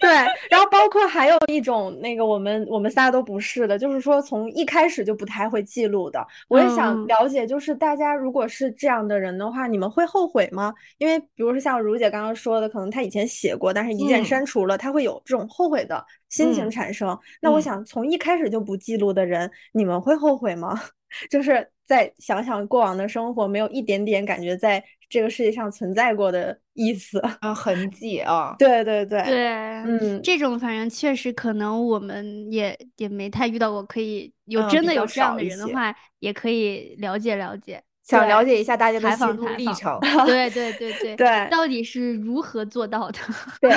对，然后包括还有一种那个我们我们仨都不是的，就是说从一开始就不太会记录的。我也想嗯了解，就是大家如果是这样的人的话，你们会后悔吗？因为比如说像如姐刚刚说的，可能她以前写过，但是一键嗯删除了，她会有这种后悔的心情嗯产生。那我嗯想从一开始就不记录的人，你们会后悔吗？ [LAUGHS] 就是再想想过往的生活，没有一点点感觉在这个世界上存在过的意思。 [LAUGHS] 啊，痕迹啊，对对对，对，嗯。这种反正确实可能我们也也没太遇到过，可以有嗯真比的较有这样少的一人的些话，也可以了解了解。想对了解一下大家的采心访路采历访程。 [LAUGHS] 对对对对对到底是如何做到 [LAUGHS] 的？对，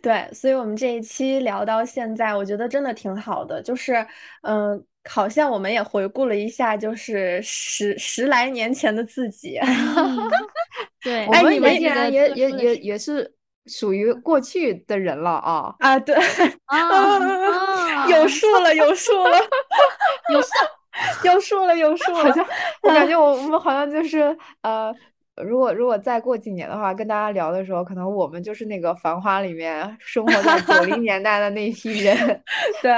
[LAUGHS] 对，所以我们这一期聊到现在，我觉得真的挺好的，就是，嗯、好像我们也回顾了一下，就是十十来年前的自己。嗯对，哎我们你也们记竟得然也特也殊的也是也是属于过去的人了 [LAUGHS] 啊。啊，对，啊， [LAUGHS] 有数了，有数了，有效，有数了，有数好了。像我感嗯觉我我们好像就是呃，如果如果再过几年的话，跟大家聊的时候，可能我们就是那个《繁花》里面生活在九零年代的那一批人。对，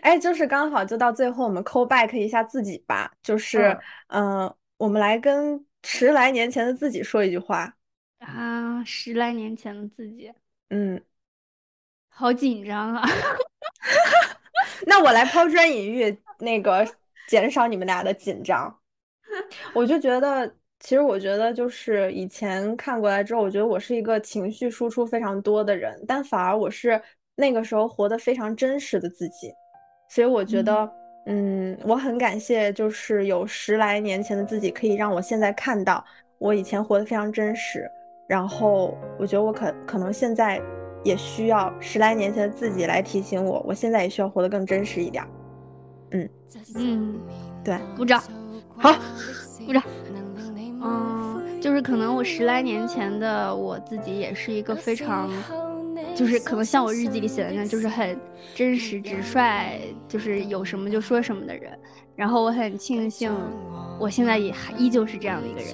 哎，就是刚好就到最后，我们 call back 一下自己吧，就是，嗯、我们来跟十来年前的自己说一句话。啊，十来年前的自己，嗯，好紧张啊！那我来抛砖引玉，那个减少你们俩的紧张。我就觉得，其实我觉得就是以前看过来之后，我觉得我是一个情绪输出非常多的人，但反而我是那个时候活得非常真实的自己。所以我觉得，嗯，我很感谢，就是有十来年前的自己，可以让我现在看到我以前活得非常真实。然后我觉得我可可能现在也需要十来年前的自己来提醒我，我现在也需要活得更真实一点儿。嗯，对，鼓掌，好，鼓掌。嗯，就是可能我十来年前的我自己也是一个非常，就是可能像我日记里写的那样，就是很真实直率，就是有什么就说什么的人。然后我很庆幸，我现在也还依旧是这样的一个人。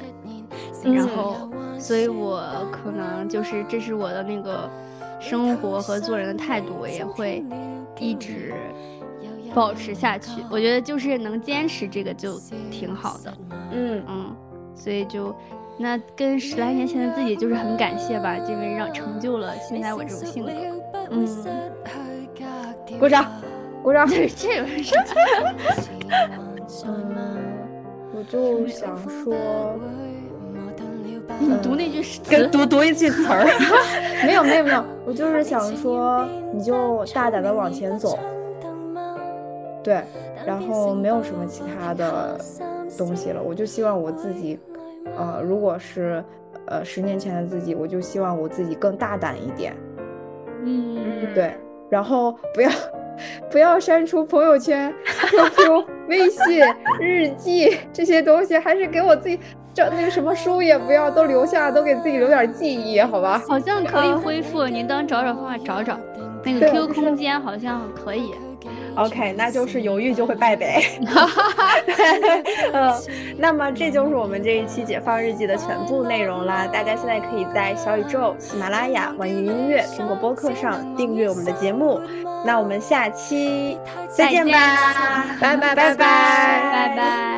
然嗯后，所以我可能就是这是我的那个生活和做人的态度，我也会一直保持下去。我觉得就是能坚持这个就挺好的，嗯嗯，所以就那跟十来年前的自己就是很感谢吧，因为让成就了现在我这种性格。 [LAUGHS] 嗯，鼓掌，鼓 [LAUGHS] 掌。对，这个是嗯， [LAUGHS] 我就想说，你 [LAUGHS] 读那句诗跟词，读读一句词 [LAUGHS] [LAUGHS] 儿。没有没有没有，我就是想说，你就大胆的往前走，对，然后没有什么其他的东西了。我就希望我自己，呃，如果是呃十年前的自己，我就希望我自己更大胆一点，嗯，对， [LAUGHS] 然后不要 [LAUGHS] 不要删除朋友圈、QQ、微 [LAUGHS] 信、日记这些东西，还是给我自己找那个什么书也不要，都留下，都给自己留点记忆，好吧？好像可以恢复，您当找找方法找找。那个对 Q 空间好像可以， OK，那就是犹豫就会败 [LAUGHS] 北。嗯，那么这就是我们这一期《解放日记》的全部内容啦。大家现在可以在小宇宙、喜马拉雅、网易云音乐、苹果播客上订阅我们的节目。那我们下期再见吧，再见拜拜拜拜拜拜。